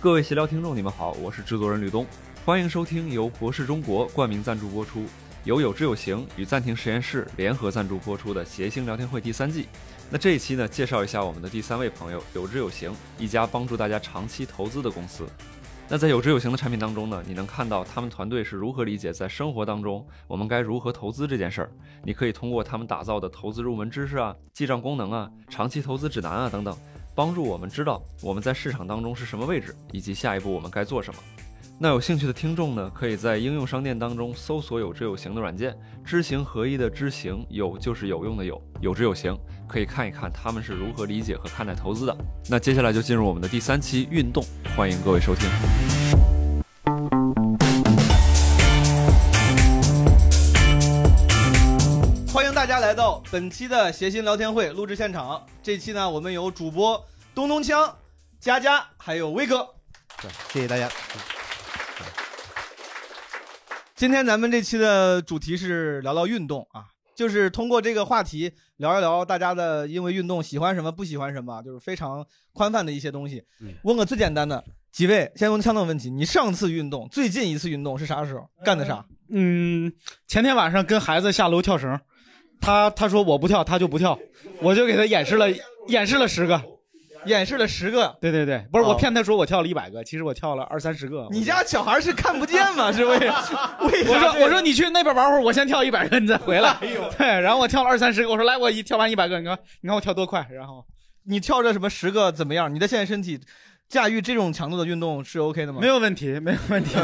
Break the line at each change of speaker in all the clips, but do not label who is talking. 各位闲聊听众，你们好，我是制作人吕东，欢迎收听由博士中国冠名赞助播出，由有知有行与暂停实验室联合赞助播出的《谐星聊天会》第三季。那这一期呢，介绍一下我们的第三位朋友有知有行，一家帮助大家长期投资的公司。那在有知有行的产品当中呢，你能看到他们团队是如何理解在生活当中我们该如何投资这件事儿。你可以通过他们打造的投资入门知识啊、记账功能啊、长期投资指南啊等等，帮助我们知道我们在市场当中是什么位置，以及下一步我们该做什么。那有兴趣的听众呢，可以在应用商店当中搜索“有知有行”的软件，知行合一的知行，有就是有用的有，有知有行，可以看一看他们是如何理解和看待投资的。那接下来就进入我们的第三期运动，欢迎各位收听。
欢迎大家来到本期的谐星聊天会录制现场。这期呢，我们有主播东东锵、佳佳，还有威哥。
谢谢大家。
今天咱们这期的主题是聊聊运动啊，就是通过这个话题聊一聊大家的因为运动喜欢什么、不喜欢什么，就是非常宽泛的一些东西。
嗯
问个最简单的，几位先问枪的问题：你上次运动，最近一次运动是啥时候？干的啥？
嗯，前天晚上跟孩子下楼跳绳，他他说我不跳，他就不跳，我就给他演示了演示了十个，
演示了十个。
对对对，不是、
哦
我骗他说我跳了一百个，其实我跳了二三十个。
你家 小孩是看不见吗？是为为
我
啥这
说我
样
说你去那边玩会儿，我先跳一百个，你再 回来。
哎呦
对，然后我跳了二三十个，我说来，我一跳完一百个，你看你看我跳多快，然后
你跳这什么十个怎么样？你的现在身体驾驭这种强度的运动是 OK 的吗？
没有问题，没有 问题，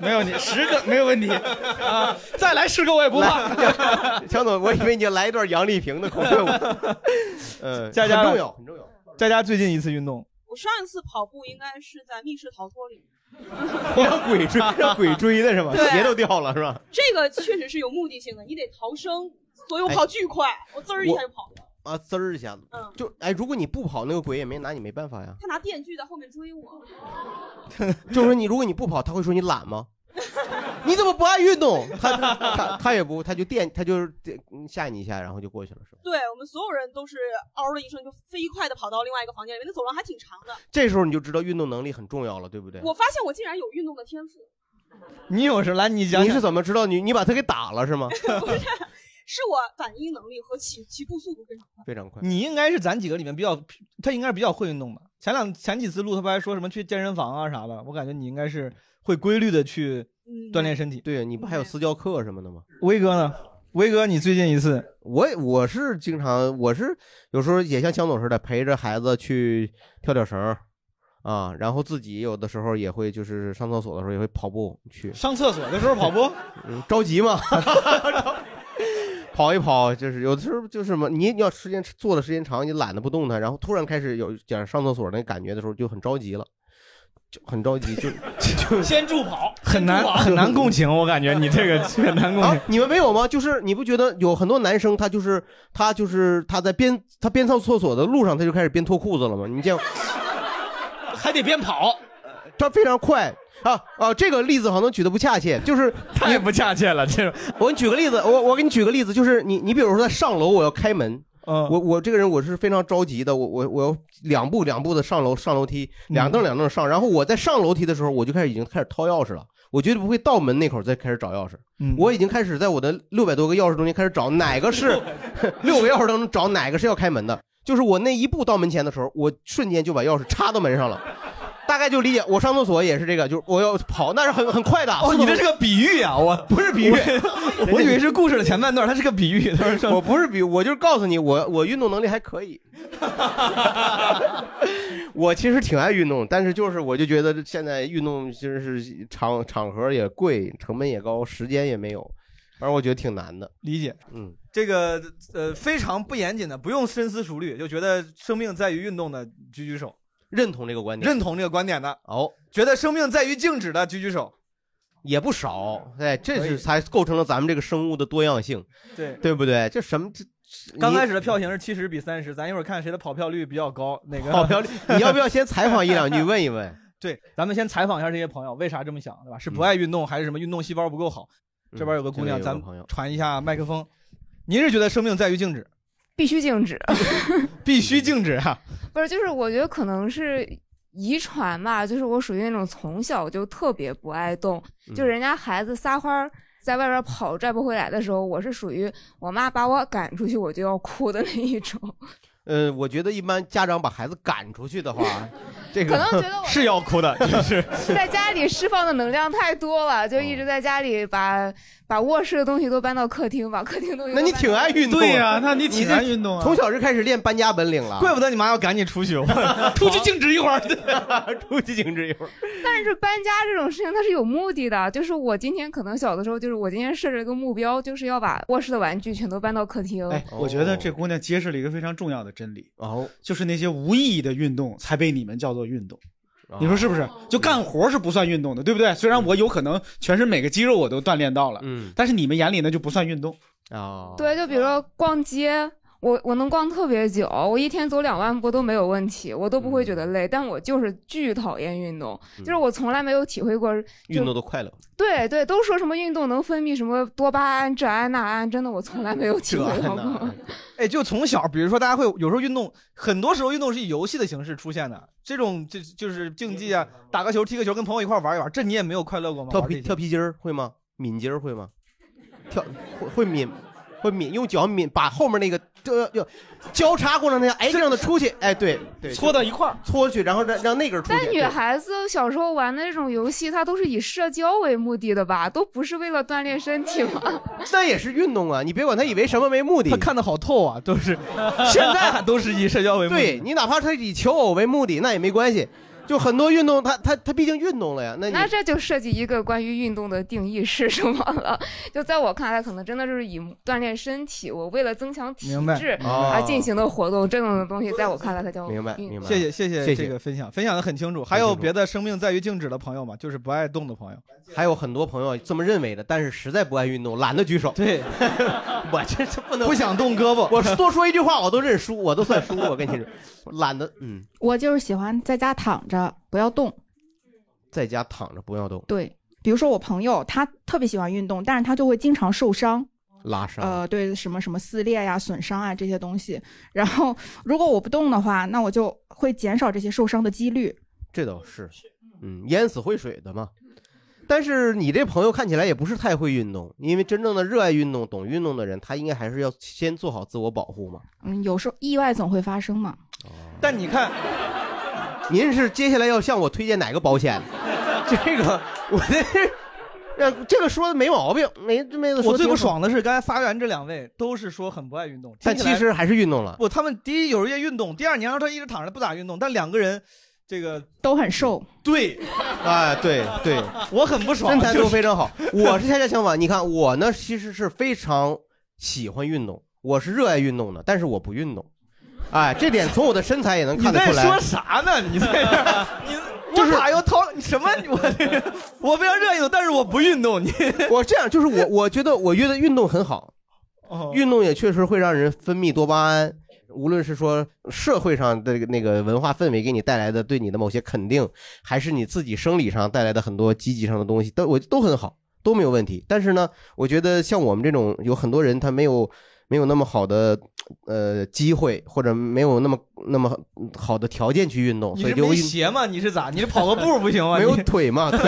没有你十个没有问题啊，再来十个我也不怕。
强总，我以为你要来一段杨丽萍的口水舞，嗯，
佳佳
很重要，很
重要。佳佳最近一次运动，
我上一次跑步应该是在密室逃脱里，
让鬼追，让鬼追的是吧？
对
鞋都掉了是吧？
这个确实是有目的性的，你得逃生，所以我跑巨快，我滋儿一下就跑了。
啊，滋儿一下子，
嗯，
就哎，如果你不跑，那个鬼也没拿你没办法 呀。
他拿电锯在后面追我，
就是你，如果你不跑，他会说你懒 吗？你怎么不爱运动？他他他也不，他就电，他就是电吓你一下，然后就过去了，是吧？
对我们所有人都是嗷的一声就飞快的跑到另外一个房间里面，那走廊还挺长的。
这时候你就知道运动能力很重要了，对不对？
我发现我竟然有运动的天赋，
你有什么？来，你
讲，你是怎么知道你你把他给打了是吗？
是我反应能力和起起步速度非常快。
非常快。
你应该是咱几个里面比较，他应该是比较会运动的。前两前几次录他不还说什么去健身房啊啥的，我感觉你应该是会规律的去锻炼身体。
对你不还有私教课什么的吗？
威哥呢？威哥，你最近一次，
我我是经常，我是有时候也像江总似的，陪着孩子去跳跳绳儿啊，然后自己有的时候也会就是上厕所的时候也会跑步去，
上厕所的时候跑步，
嗯，着 急嘛，跑一跑，就是有的时候就是什么，你要时间坐的时间长，你懒得不动它，然后突然开始有点上厕所那感觉的时候，就很着急了，就很着急，就 就
先助跑，
很难很难共情，我感觉哎你这个很难共情
啊。，你们没有吗？就是你不觉得有很多男生他就是他就是他在边他边上厕所的路上他就开始边脱裤子了吗？你见过？
还得边跑，
他非常快啊啊！这个例子好像举的不恰切，就是
太不恰切了。这
我给你举个例子，我我给你举个例子，就是你你比如说在上楼，我要开门。
嗯
我我这个人我是非常着急的，我我我要两步两步的上楼上楼梯，两
嗯
蹬两蹬上，然后我在上楼梯的时候，我就开始已经开始掏钥匙了，我绝对不会到门那口再开始找钥匙，
嗯
我已经开始在我的六百多个钥匙中间开始找哪 个是六个钥匙当中找哪个是要开门的，就是我那一步到门前的时候，我瞬间就把钥匙插到门上了。大概就理解，我上厕所也是这个，就是我要跑，那是很很快的。
哦，你这是个比喻啊，我
不是比喻，
我 我以为是故事的前半段，它是个比喻。他说
我不是比喻，我就是告诉你，我我运动能力还 可以。我其实挺爱运动，但是就是我就觉得现在运动其实是场场合也贵，成本也高，时间也没有，反正我觉得挺难的。
理解，
嗯，
这个呃非常不严谨的，不用深思熟虑就觉得生命在于运动的举举手，
认同这个观点，
认同这个观点的
哦，
觉得生命在于静止的举举手，
也不少，对，这是才构成了咱们这个生物的多样性，
对。
对不对？这什么这
刚开始
的
的票型是七十比三十，咱一会儿看谁的跑票率比较高，哪个
跑票率，你要不要先采访一 两句问一问？
对，咱们先采访一下这些朋友，为啥这么想，对吧？是不爱运动，还是什么运动细胞不够好？这边有个姑娘，
嗯这边有个
咱
朋友
传一下麦克风。您是觉得生命在于静止，
必须静止，
必须静止啊？
不是？就是我觉得可能是遗传吧，就是我属于那种从小就特别不爱动，就
嗯
人家孩子撒欢儿在外边跑拽不回来的时候，我是属于我妈把我赶出去我就要哭的那一种。
呃，我觉得一般家长把孩子赶出去的话， 这个
可能觉得我
是要哭的，真是。
在家里释放的能量太多了，就一直在家里把把卧室的东西都搬到客厅，把客厅东西
那
都
你
搬
挺爱运动啊，
对呀那你挺爱
这
运动啊
从小就开始练搬家本领了，怪
不得你妈要赶你出去，
出去静止一会儿，
出去静止一会儿。
但是搬家这种事情它是有目的的，就是我今天可能小的时候，就是我今天设置了一个目标，就是要把卧室的玩具全都搬到客厅。
哎，我觉得这姑娘揭示了一个非常重要的真理
哦，
就是那些无意义的运动才被你们叫做运动。
哦
你说是不是？就干活是不算运动的，对不对？虽然我有可能全身每个肌肉我都锻炼到了，
嗯，
但是你们眼里那就不算运动哦
啊。
对，就比如说逛街，我我能逛特别久，我一天走两万步都没有问题，我都不会觉得累。但我就是巨讨厌运动，就是我从来没有体会过
运动的快乐，
对对，都说什么运动能分泌什么多巴胺、这胺那胺，真的我从来没有体会到 过。
哎，就从小，比如说大家会有时候运动，很多时候运动是以游戏的形式出现的，这种就就是竞技啊，打个球、踢个球，跟朋友一块玩一玩，这你也没有快乐过吗？
跳
玩这
皮
些
跳皮筋儿会吗？抿筋儿会吗？跳会会抿，会抿用脚抿，把后面那个这要交叉过程那样，哎，让它出去，哎，对对，
搓到一块儿，
搓去，然后让让那根儿出去。
但女
对
孩子小时候玩的这种游戏，它都是以社交为目的的吧？都不是为了锻炼身体吗？
那也是运动啊！你别管他以为什么为目的，他看
的好透啊，都 是现在还 都是以社交为目的
对你哪怕他以求偶为目的，那也没关系。就很多运动，他他他毕竟运动了呀，那你
那这就涉及一个关于运动的定义是什么了。就在我看来，可能真的就是以锻炼身体，我为了增强体
明白
质
哦
而进行的活动，这种东西在我看来它
哦
叫
明白
运
明白
谢谢谢
谢谢
这个分享，分享的很清楚。还有别的生命在于静止的朋友吗？就是不爱动的朋友，
还有很多朋友这么认为的，但是实在不爱运动，懒得举手。
对，
我这这不能
不想动胳膊。
我多说一句话我都认输，我都算输。我跟你说，懒得嗯，
我就是喜欢在家躺着，不要动。
在家躺着不要动，
对，比如说我朋友，他特别喜欢运动，但是他就会经常受伤。
拉伤。
呃，对，什么什么撕裂呀、损伤啊这些东西。然后如果我不动的话，那我就会减少这些受伤的几率。
这倒是，嗯，淹死会水的嘛。但是你这朋友看起来也不是太会运动，因为真正的热爱运动、懂运动的人，他应该还是要先做好自我保护嘛。
嗯，有时候意外总会发生嘛。
但你看，
您是接下来要向我推荐哪个保 险？这个我这，呃，这个说的没毛病，没没得说。
我最不爽的是，刚才发言这两位都是说很不爱运动，
但
听起来
其实还是运动了
不，他们第一有人家运动，第二你让他一直躺着不咋运动，但两个人这个
都很瘦。
对，
啊，对对，
我很不爽，
身材
就
都
是
非常好。我是恰恰相反，你看我呢，其实是非常喜欢运动，我是热爱运动的，但是我不运动。哎，这点从我的身材也能
你
看得
在
出来。
说啥呢？你在这 儿，你我咋又掏你什么？我这个我非常热爱运动，但是我不运动。你
我这样就是我，我觉得我觉得运动很好
哦，
运动也确实会让人分泌多巴胺，无论是说社会上的那个文化氛围给你带来的对你的某些肯定，还是你自己生理上带来的很多积极上的东西，都我都很好，都没有问题。但是呢，我觉得像我们这种有很多人他没有。没有那么好的呃机会，或者没有那么那么好的条件去运动，
你
所以
是
就
没
运
鞋吗？你是咋？你是跑个步不行
啊
吗？
没有
你
腿 嘛，腿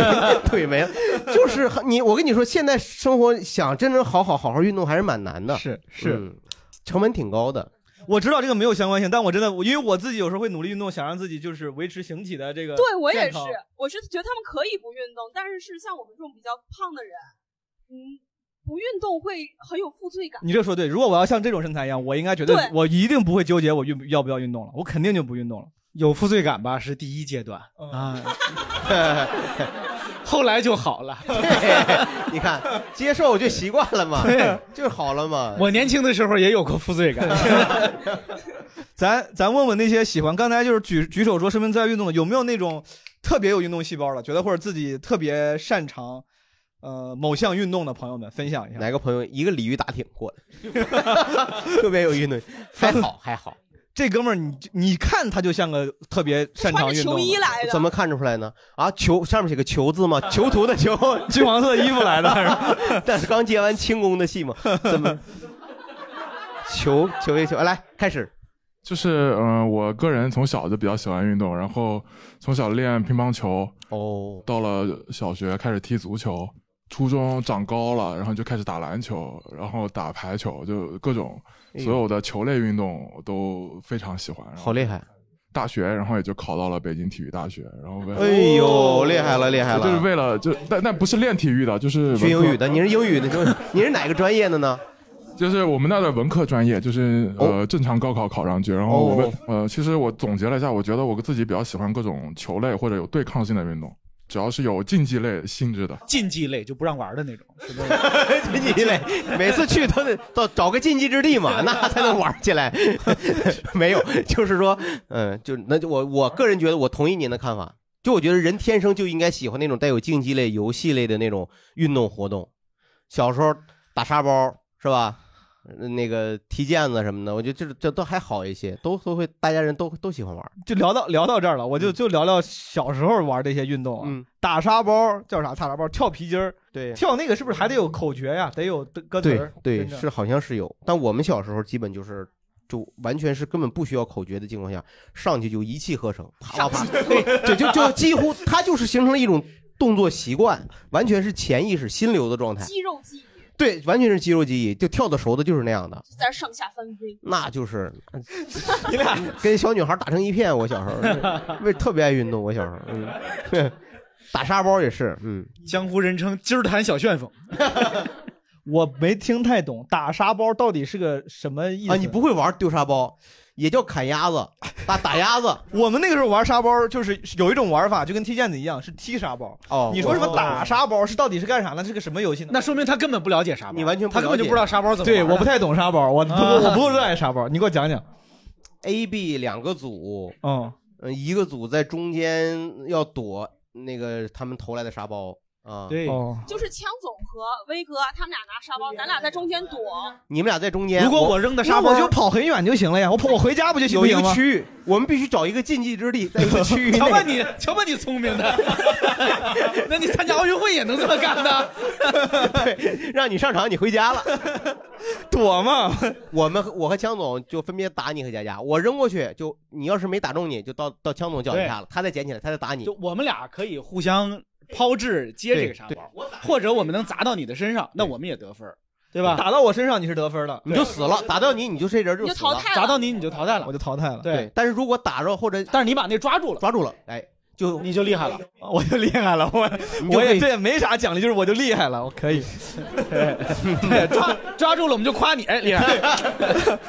腿没了，就是很你。我跟你说，现在生活想真正好好好好运动还是蛮难的，
是是
嗯成本挺高的。
我知道这个没有相关性，但我真的，我因为我自己有时候会努力运动，想让自己就是维持形体的这个。
对我也是，我是觉得他们可以不运动，但是是像我们这种比较胖的人，嗯，不运动会很有负罪感。
你这说对，如果我要像这种身材一样，我应该觉得
对
我一定不会纠结我运要不要运动了，我肯定就不运动了。嗯
有负罪感吧，是第一阶段啊， 后来就好了。
你看，接受就习惯了嘛
对，
就是好了嘛。
我年轻的时候也有过负罪感，
咱咱问问那些喜欢刚才就是举举手说身份在运动的，有没有那种特别有运动细胞的，觉得或者自己特别擅长呃某项运动的朋友们分享一下。
哪个朋友一个鲤鱼打挺过来， 特别有运动，还好还好。
这哥们儿，你你看他就像个特别擅长运动的，
怎么看出来呢？啊，囚上面写个囚字嘛，囚徒的囚，
金黄色衣服来的是吧
但是刚 接完轻功的戏嘛，怎么？囚囚一囚，来开始。
就是嗯、呃我个人从小就比较喜欢运动，然后从小练乒乓球，
哦，
到了小学开始踢足球，初中长高了，然后就开始打篮球，然后打排球，就各种
哎呦
所有的球类运动我都非常喜欢。好
厉害！
大学，然后也就考到了北京体育大学，然后为哦
哎呦厉害了厉害了
就是为了就但但不是练体育的，就是
学英语的，
文科
你是英语的，你是哪个专业的呢？
就是我们那儿的文科专业，就是呃正常高考考上去，然后我们
哦
呃其实我总结了一下，我觉得我自己比较喜欢各种球类或者有对抗性的运动，只要是有竞技类性质的。
竞技类就不让玩的那 种，是吧
竞技类，每次去都得到找个禁忌之 地嘛，那才 能玩起来。没有，就是说，嗯，就那就我我个人觉得，我同意您的看法。就我觉得人天生就应该喜欢那种带有竞技类、游戏类的那种运动活动。小时候打沙包是吧？呃那个踢毽子什么的，我觉得这这都还好一些，都都会，大家人都都喜欢玩。
就聊到聊到这儿了，
嗯
我就就聊聊小时候玩这些运动啊，打沙包叫啥？打沙包，跳皮筋儿，
对
跳那个是不是还得有口诀呀？得有歌词
对
儿，
对，
跟着
是好像是有，但我们小时候基本就是。就完全是根本不需要口诀的情况下，上去就一气呵成，啪啪啪，对，就就就几乎它就是形成了一种动作习惯，完全是潜意识心流的状态，
肌肉记忆
对，完全是肌肉记忆，就跳的熟的就是那样的，
在上下翻飞。
那就是 你俩跟小女孩打成一片。我小时候为特别爱运动，我小时候，嗯， 打沙包也是，嗯，
江湖人称今儿谈小旋 风。
我没听太懂，打沙包到底是个什么意思
啊，你不会玩丢沙包，也叫砍 鸭子，打打鸭子。
我们那个时候玩沙包，就是有一种玩法，就跟踢毽子一样，是踢沙包。
哦
你说什么打
沙
沙包是到底是干啥呢？是个什么游戏呢？啊
那说明他根本不了解沙包，你完全他根本就不知道沙包怎么玩
对，
的
我不太懂沙 包，我不、
啊
我不热爱沙包，你给我讲讲。
A、B 两个组，
嗯，
嗯，一个组在中间要躲那个他们投来的沙包啊。
对哦
就是枪总和威哥他们俩拿沙包，咱俩在中间躲。
你们俩在中间。
如果我扔的嗯沙包，就跑很远就行了呀，我跑我回家不就行
有一个
吗？
区域，我们必须找一个禁忌之地，在一个区域内。
瞧吧你，瞧吧你聪明 的，那你参加奥运会也能这么干呢？
对，让你上场，你回家了，
躲嘛。
我们和我和江总就分别打你和佳佳，我扔过去就你要是没打中你，就到到江总脚底下了，他再捡起来，他再打你
就。我们俩可以互相抛掷接这个沙包，或者我们能砸到你的身上，那我们也得分儿，对吧？
打到我身上你是得分的，
你就死了，打到你你就这人
你就
死
淘
了
汰，了砸到你你就淘汰了，我
就淘汰了。
对，
但是如果打着或者，
但是你把那抓住了，
抓住了，哎，就
你就厉害了， 哦
我就厉害了， 我
你就
我
可
也
以
这也没啥奖励，就是我就厉害了，我 可以，
对抓抓住了我们就夸你，哎，厉害，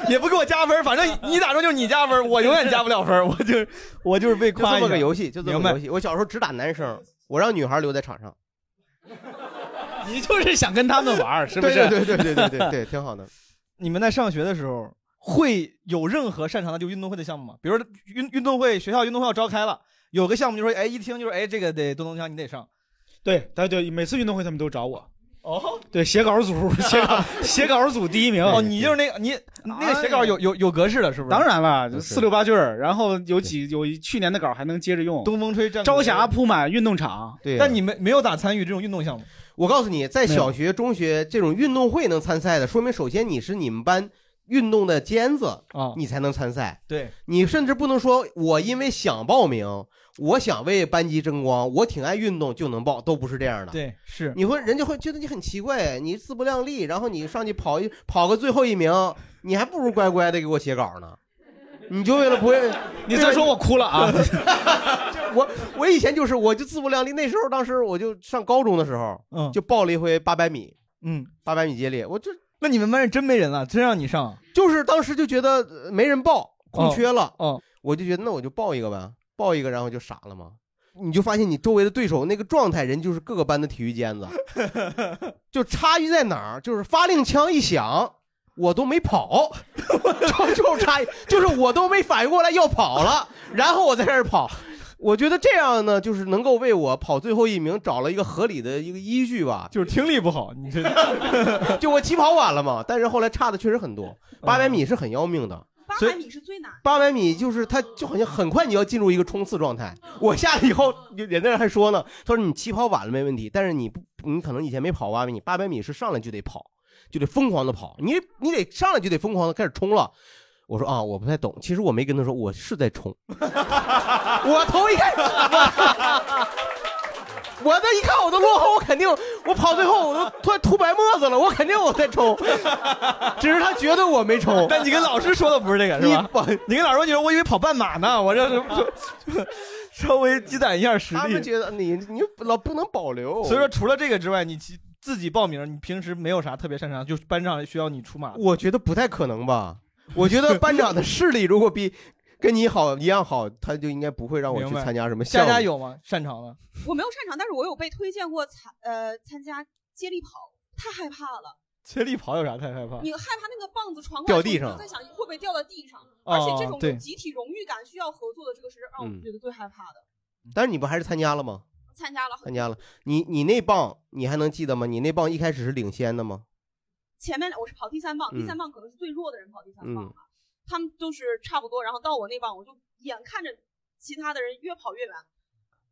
也不给我加分，反正你打中就是你加分，我永远加不了分，我就是我就是被
就
夸
这
一下
么个游戏，就这么
明
个
白
游戏。我小时候只打男生，我让女孩留在场上。
你就是想跟他们玩儿，是不是？
对对对对对对对，挺 好的。
你们在上学的时候会有任何擅长的就运动会的项目吗？比如说运运动会，学校运动会要召开了，有个项目就说，哎，一听就是，哎，这个得咚咚锵，你得上。
对，对对，每次运动会他们都找我，
哦，
对，写稿组， 写稿写稿组第一名，
哦，你就是那个你那个写稿有有有格式的，是不是？
当然了，
就是
四六八句儿，然后有几有一去年的稿还能接着用。
东风吹战鼓
朝霞铺满运动场，
对
但你们没有咋参与这种运动项目？
我告诉你，在哎小学、中学这种运动会能参赛的，说明首先你是你们班运动的尖子
啊，
你才能参赛。
对，
你甚至不能说我因为想报名，我想为班级争光，我挺爱运动就能报，都不是这样的。
对，是
你会人家会觉得你很奇怪，你自不量力，然后你上去跑一跑个最后一名，你还不如乖乖的给我写稿呢。你就为了不会，
你再说我哭了啊！
我我以前就是我就自不量力，那时候当时我就上高中的时候，
嗯
就报了一回八百米，
嗯，
八百米接力，我就
那你们班是真没人了，啊真让你上，
就是当时就觉得呃没人报，空缺了，
哦，
我就觉得那我就报一个呗，报一个，然后就傻了嘛。你就发现你周围的对手那个状态，人就是各个班的体育尖 子，就差异在哪儿？就是发令枪一响，我都没跑， 就就差异，就是我都没反应过来要 跑了，然后我在这儿跑。我觉得这样呢，就是能够为我跑最后一名找了一个合理的一个依据吧。
就是听力不好，你这
就我起跑晚了嘛，但是后来差的确实很多，八百米是很要命的。
八百米是最难的。
八百米就是它就好像很快你要进入一个冲刺状态。我下来以后，有人家还说呢，他说你起跑晚了没问题，但是你不你可能以前没跑八百米，八百米是上来就得跑，就得疯狂的跑，你你得上来就得疯狂的开始冲了。我说啊，我不太懂。其实我没跟他说，我是在冲。我头一开始，我这一看我都落后，我肯定我跑最后我都突然吐白沫子了，我肯定我在冲，只是他觉得我没冲。
但你跟老师说的不是这个是吧？哦你跟老师说，你说我以为跑半马呢，我这是 稍微积攒一下实力。
他们觉得你你老不能保留，
所以说，除了这个之外，你其自己报名，你平时没有啥特别擅长，就是班上需要你出马。
我觉得不太可能吧。我觉得班长的视力如 果比跟你好一样好，他就应该不会让我去
明白
参加什么项
佳
目。
佳有吗？擅长的？
我没有擅长，但是我有被推荐过参呃参加接力跑，太害怕了。
接力跑有啥太害怕？
你害怕那个棒子传过
掉
来的时候，
地上
你就在想会不会掉到地上，
哦
而且这种
对
有集体荣誉感需要合作的这个是让我
嗯
觉得最害怕的。
但是你不还是参加了吗？
参加了很
参加了。你你那棒你还能记得吗？你那棒一开始是领先的吗？
前面我是跑第三棒，
嗯
第三棒可能是最弱的人跑第三棒，
嗯，
他们都是差不多，然后到我那棒，我就眼看着其他的人越跑越远，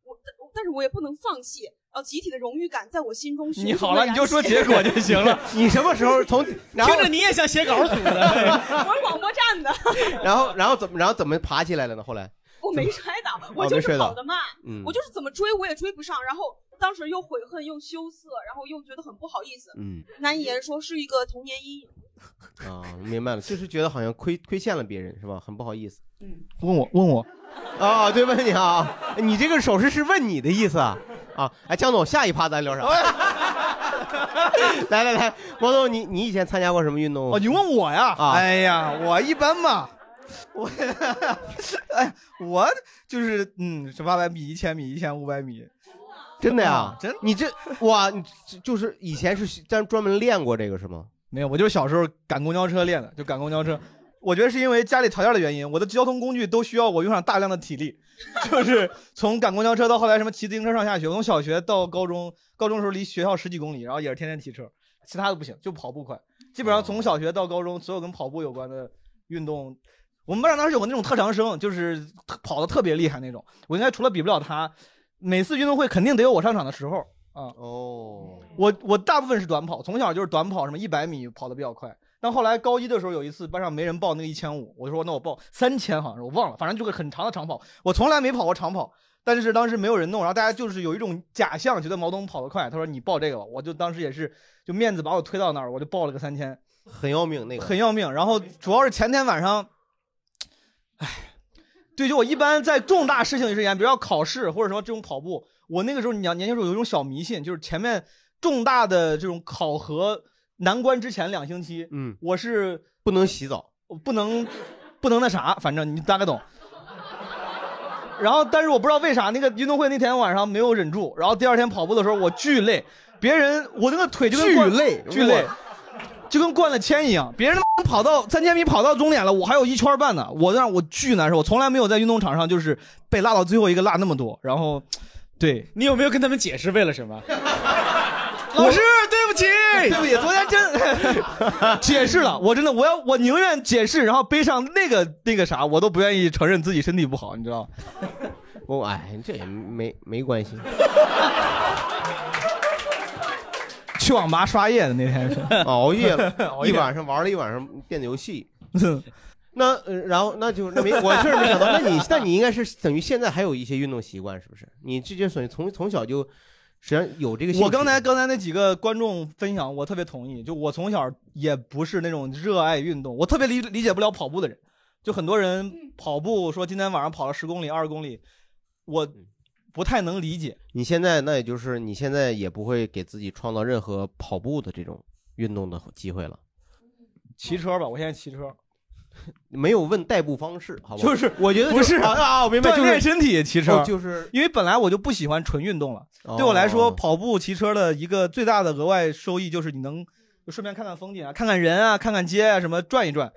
我但但是我也不能放弃，然后集体的荣誉感在我心中熊
你好
熊地
了，
燃
你就说结 果就行了。
你什么时候 从听
着你也想写稿
组
的？
我是广播站的，
然后然后怎么然后怎么爬起来了呢？后来
我没摔倒，我
哦
就
没
是
摔倒
跑得慢，
嗯
我就是怎么追我也追不上，然后当时又悔恨又羞涩，然后又觉得很不好意思，
嗯
难以言说是一个童年阴影。
啊，明白了，就是觉得好像亏亏欠了别人是吧？很不好意思。
嗯，
问我问我
啊，对，问你啊，你这个手势是问你的意思啊啊！哎，江总，下一趴咱聊啥？ 来来来，王总，你你以前参加过什么运动？
哦，你问我呀？
啊，
哎呀，我一般嘛，我 哎，我就是嗯，是八百米、一千米、一千五百米，
啊真的呀，
真
你这哇，
嗯
你这就是以前是专专门练过这个是吗？
没有，我就是小时候赶公交车练的，就赶公交车。我觉得是因为家里条件的原因，我的交通工具都需要我用上大量的体力， 就是从赶公交车到后来什么骑自行车上下学，我从小学到高中，高中的时候离学校十几公里，然后也是天天骑车，其他的不行，就跑步快。基本上从小学到高中，所有跟跑步有关的运动，我们班上当时有个那种特长生，就是特跑的特别厉害那种，我应该除了比不了他，每次运动会肯定得有我上场的时候啊。
哦，
我我大部分是短跑，从小就是短跑，什么一百米跑得比较快。但后来高一的时候，有一次班上没人报那个一千五，我就说那我报三千，好像是我忘了，反正就是很长的长跑。我从来没跑过长跑，但是当时没有人弄，然后大家就是有一种假象，觉得毛东跑得快。他说你报这个吧，我就当时也是就面子把我推到那儿，我就报了个三千，
很要命那个，
很要命。然后主要是前天晚上，哎，对，就我一般在重大事情之前，比如要考试或者说这种跑步，我那个时候你年年轻时候有一种小迷信，就是前面重大的这种考核难关之前两星期，
嗯，
我是
不能洗澡，
不能不能那啥，反正你大概懂。然后，但是我不知道为啥那个运动会那天晚上没有忍住，然后第二天跑步的时候我巨累，别人我那个腿就跟灌
巨累
巨累，就跟灌了铅一样。别人他妈跑到三千米跑到终点了，我还有一圈半呢，我让我巨难受。我从来没有在运动场上就是被落到最后一个落那么多。然后，对
你有没有跟他们解释为了什么？
老师，对不起，对不起，昨天 真 解释了。我真的，我要我宁愿解释，然后背上那个那个啥，我都不愿意承认自己身体不好，你知道吗？
我哎，这也没没关系。
去网吧刷夜的那天是
熬夜 了
熬，夜
一晚上玩了一晚上电子游戏。
嗯
那、呃、然后那就那没，我确实没想到。那 你那你应该是等于现在还有一些运动习惯，是不是？你这就属于从从小就实际上有这个兴趣。
我刚才刚才那几个观众分享，我特别同意。就我从小也不是那种热爱运动，我特别理理解不了跑步的人。就很多人跑步说今天晚上跑了十公里、二十公里，我
嗯
不太能理解。
你现在那也就是你现在也不会给自己创造任何跑步的这种运动的机会了。
骑车吧，我现在骑车，
没有问代步方式，好吧？
就是
我觉得就
不是
啊啊，我明白，
锻
就是
炼身体骑车，
哦就是
因为本来我就不喜欢纯运动了。
哦
对我来说，跑步、骑车的一个最大的额外收益就是你能就顺便看看风景啊，看看人啊，看看街啊，什么转一转。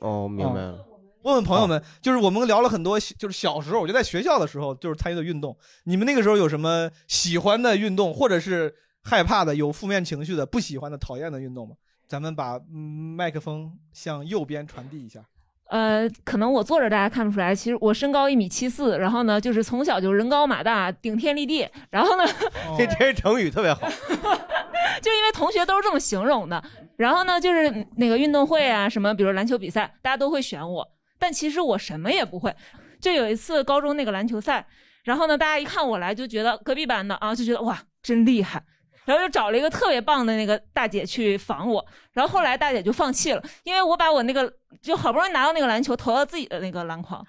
哦，明白了。
问问朋友们，就是我们聊了很多，就是小时候，我觉得在学校的时候就是参与的运动。你们那个时候有什么喜欢的运动，或者是害怕的、有负面情绪的、不喜欢的、讨厌的运动吗？咱们把嗯麦克风向右边传递一下。
呃，可能我坐着大家看不出来，其实我身高一米七四，然后呢，就是从小就人高马大，顶天立地，然后呢，
哦
这这成语特别好，
就因为同学都是这么形容的。然后呢，就是那个运动会啊，什么比如篮球比赛，大家都会选我，但其实我什么也不会。就有一次高中那个篮球赛，然后呢，大家一看我来就觉得隔壁班的啊，就觉得哇真厉害，然后就找了一个特别棒的那个大姐去防我，然后后来大姐就放弃了，因为我把我那个就好不容易拿到那个篮球投到自己的那个篮筐，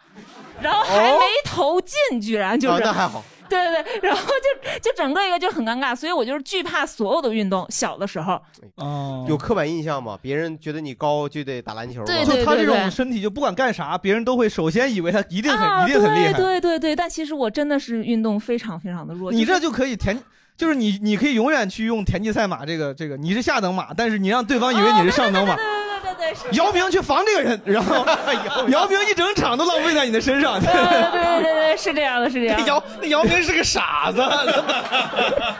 然后还没投进，居然就是、
哦那还好。
对对对，然后就就整个一个就很尴尬，所以我就是惧怕所有的运动。小的时候，
哦，
有刻板印象嘛？别人觉得你高就得打篮球嘛，
就他这种身体，就不管干啥，别人都会首先以为他一定很、
啊，
一定很厉害。
对对对对，但其实我真的是运动非常非常的弱。
你这
是
就可以田，就是你你可以永远去用田忌赛马这个这个，你是下等马，但是你让对方以为你是上 等马。
对对对是
姚明去防这个人，然 后姚明一整场都浪费在你的身上。
对对对对对，是这样的，是这样的。
姚 那姚明是个傻子，真的，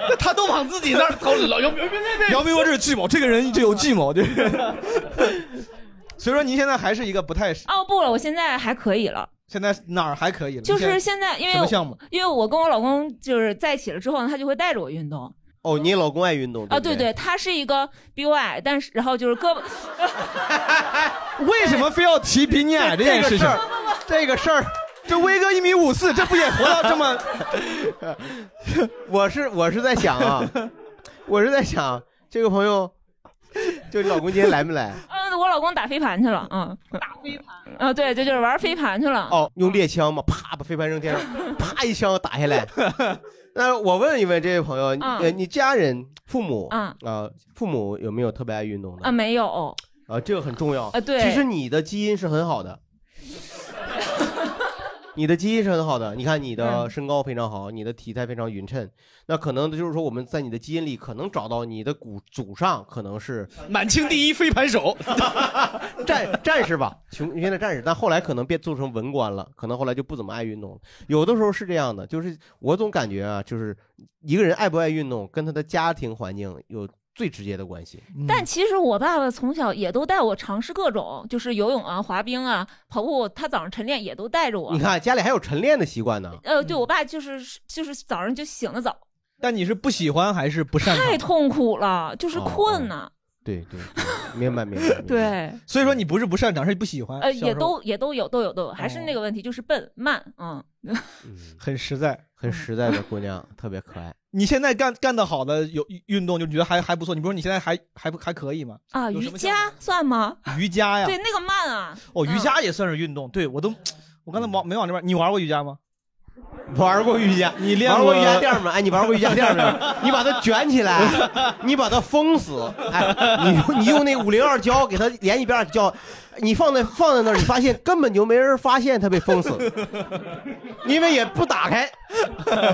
那他都往自己那儿投。老姚明，别别别，
姚明说这是计谋，这个人这有计谋，这是。 所以说您现在还是一个不太，
哦不了，我现在还可以了。
现在哪儿还可以了？
就是
现
现在，因为
什么
我
项目
因为我跟我老公就是在一起了之后呢，他就会带着我运动
哦，你老公爱运动
啊，
对
对
不
对，他是一个比我矮，但是然后就是胳膊，
为什么非要提比你矮这件事情？
这个事儿，
这威哥一米五四，这不也活到这 么？
我是我是在想 啊，我是在想这个朋友，就你老公今天来没 来？
嗯，我老公打飞盘去了，嗯，打飞盘，啊，对，就就是玩飞盘去了，
哦，用猎枪嘛，啪把飞盘扔天 上，啪一枪打下来。那我问一问这位朋友，你
嗯
呃你家人父母
嗯
啊、父母有没有特别爱运动的？
啊，没有，
啊，这个很重要
啊对
其实你的基因是很好的，你的基因是很好的。你看你的
嗯
身高非常好，你的体态非常匀称，那可能就是说我们在你的基因里可能找到你的骨祖上可能是
满清第一飞盘手，
战战士吧，穷原来战士，但后来可能变做成文官了，可能后来就不怎么爱运动了。有的时候是这样的，就是我总感觉啊，就是一个人爱不爱运动，跟他的家庭环境有最直接的关系。
但其实我爸爸从小也都带我尝试各种，就是游泳啊、滑冰啊、跑步，他早上晨练也都带着我
你。看家里还有晨练的习惯呢，
呃，对我爸就是就是早上就醒得早，
但你是不喜欢还是不擅长？
太痛苦了，就是困呐、
对对 对，明白明白。明白
对，
所以说你不是不擅长，是不喜
哦
欢。
哎
呃，
小时
也
候
都也都有都有都有，还是那个问题，就是笨慢，嗯，
很实在，
很实在的姑 娘，特别可爱。
你现在干干得好的有运动，就觉得还还不错。你不是说你现在还还不还可以吗？
啊，
有
瑜
什么项
伽算吗？
瑜伽呀，
对，那个慢啊，
哦，瑜伽也算是运动。对我都，我刚才往没往这边。你玩过瑜伽吗？
嗯 玩过瑜伽，
你练
玩
过
过瑜伽垫儿吗？哎，你玩过瑜伽垫儿没 有？你把它卷起来， 你把它封死，哎，你用你用那五零二胶给它连一边儿胶，你放在放在那儿，你发现根本就没人发现它被封死， 因为也不打开。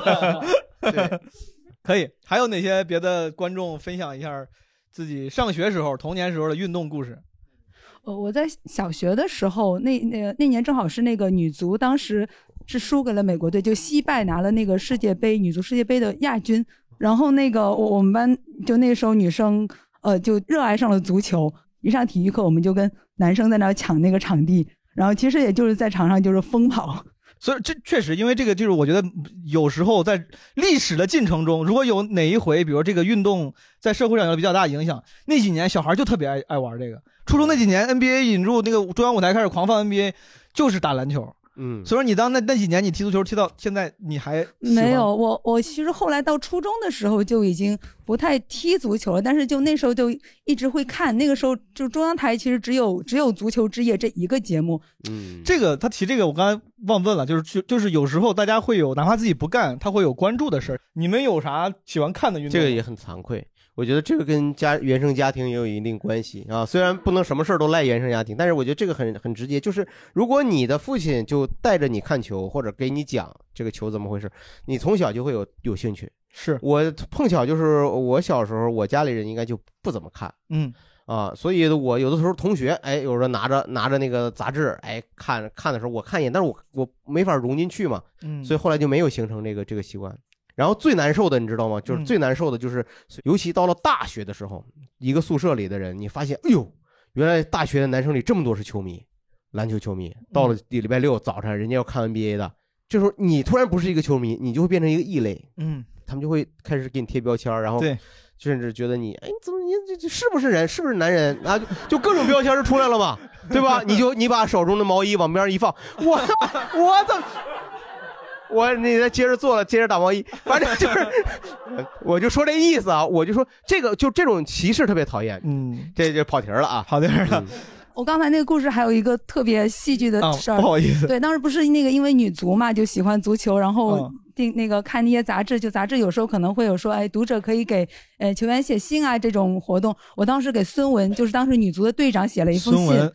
可以。还有哪些别的观众分享一下自己上学时候、童年时候的运动故事？
我我在小学的时候，那那那年正好是那个女足，当时是输给了美国队，就惜败拿了那个世界杯女足世界杯的亚军。然后那个我我们班就那时候女生呃就热爱上了足球，一上体育课我们就跟男生在那儿抢那个场地，然后其实也就是在场上就是疯跑。
所以这确实，因为这个就是我觉得有时候在历史的进程中，如果有哪一回，比如这个运动在社会上有比较大的影响，那几年小孩就特别爱爱玩这个。初中那几年，NBA 引入那个中央舞台开始狂放 NBA，就是打篮球。
嗯
所以说你当那那几年你踢足球踢到现在，你还喜欢
没有，我我其实后来到初中的时候就已经不太踢足球了，但是就那时候就一直会看。那个时候就中央台其实只有只有足球之夜这一个节目，
嗯，
这个他提这个我刚才忘问了，就是就就是有时候大家会有哪怕自己不干，他会有关注的事儿。你们有啥喜欢看的运动？
这个也很惭愧。我觉得这个跟家原生家庭也有一定关系啊，虽然不能什么事儿都赖原生家庭，但是我觉得这个很很直接，就是如果你的父亲就带着你看球，或者给你讲这个球怎么回事，你从小就会有有兴趣。
是
我碰巧就是我小时候，我家里人应该就不怎么看，
嗯，
啊，所以我有的时候同学，哎，有人拿着拿着那个杂志，哎，看看的时候我看一眼，但是我我没法融进去嘛，
嗯
所以后来就没有形成这个这个习惯。然后最难受的你知道吗？就是
嗯
最难受的就是，尤其到了大学的时候，一个宿舍里的人，你发现，哎呦，原来大学的男生里这么多是球迷，篮球球迷。到了礼拜六早上，人家要看 NBA 的，这时候你突然不是一个球迷，你就会变成一个异类。
嗯，
他们就会开始给你贴标签儿，然后
对
甚至觉得你，哎，你怎么你这这是不是人？是不是男人啊？就就各种标签就出来了嘛，对吧？你就你把手中的毛衣往边上一放，我我怎么？我你再接着做了，接着打毛衣，反正就是， 我就说这意思啊，我就说这个就这种歧视特别讨厌，
嗯，
这就跑题儿了啊，
跑题了，
我刚才那个故事还有一个特别戏剧的
啊
事儿、
不好意思
对，当时不是那个因为女足嘛，就喜欢足球，然后
哦
嗯
订那个看那些杂志，就杂志有时候可能会有说，哎，读者可以给呃球员写信啊这种活动。我当时给孙文，就是当时女足的队长写了一封
孙文
信，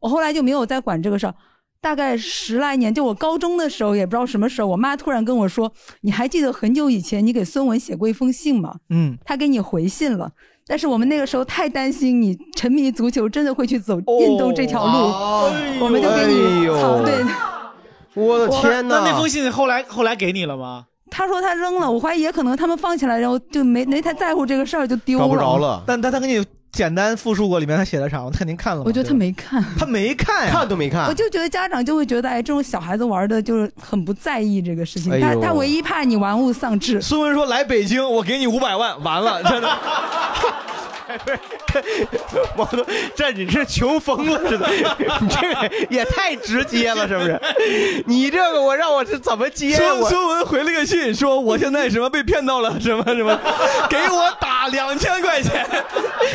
我后来就没有再管这个事儿。大概十来年，就我高中的时候，也不知道什么时候，我妈突然跟我说：“你还记得很久以前你给孙文写过一封信吗？”
嗯，
他给你回信了。但是我们那个时候太担心你沉迷足球真的会去走
哦
运动这条路，
哦
哦
哎
我们就给你
哎
藏、对。
我的
天哪
那那封信后来后来给你了吗？
他说他扔了，我怀疑也可能他们放起来，然后就没没太在乎这个事儿，就丢了。。
但但他给你简单复述过里面他写的啥吗？他肯定看了吗。
我觉得他
对吧
没看，
他没看呀，
看都没
我就觉得家长就会觉得，哎，这种小孩子玩的就是很不在意这个事情，
哎
他
呦
他唯一怕你玩物丧志。
孙文说来北京，我给你五百万，完 了， 真的。
毛东，这你是穷疯了似的，你这个也太直接了，是不是？你这个我让我是怎么接呀？
孙
我
孙文回了个信，说我现在什么被骗到了，什么什么，给我打两千块钱，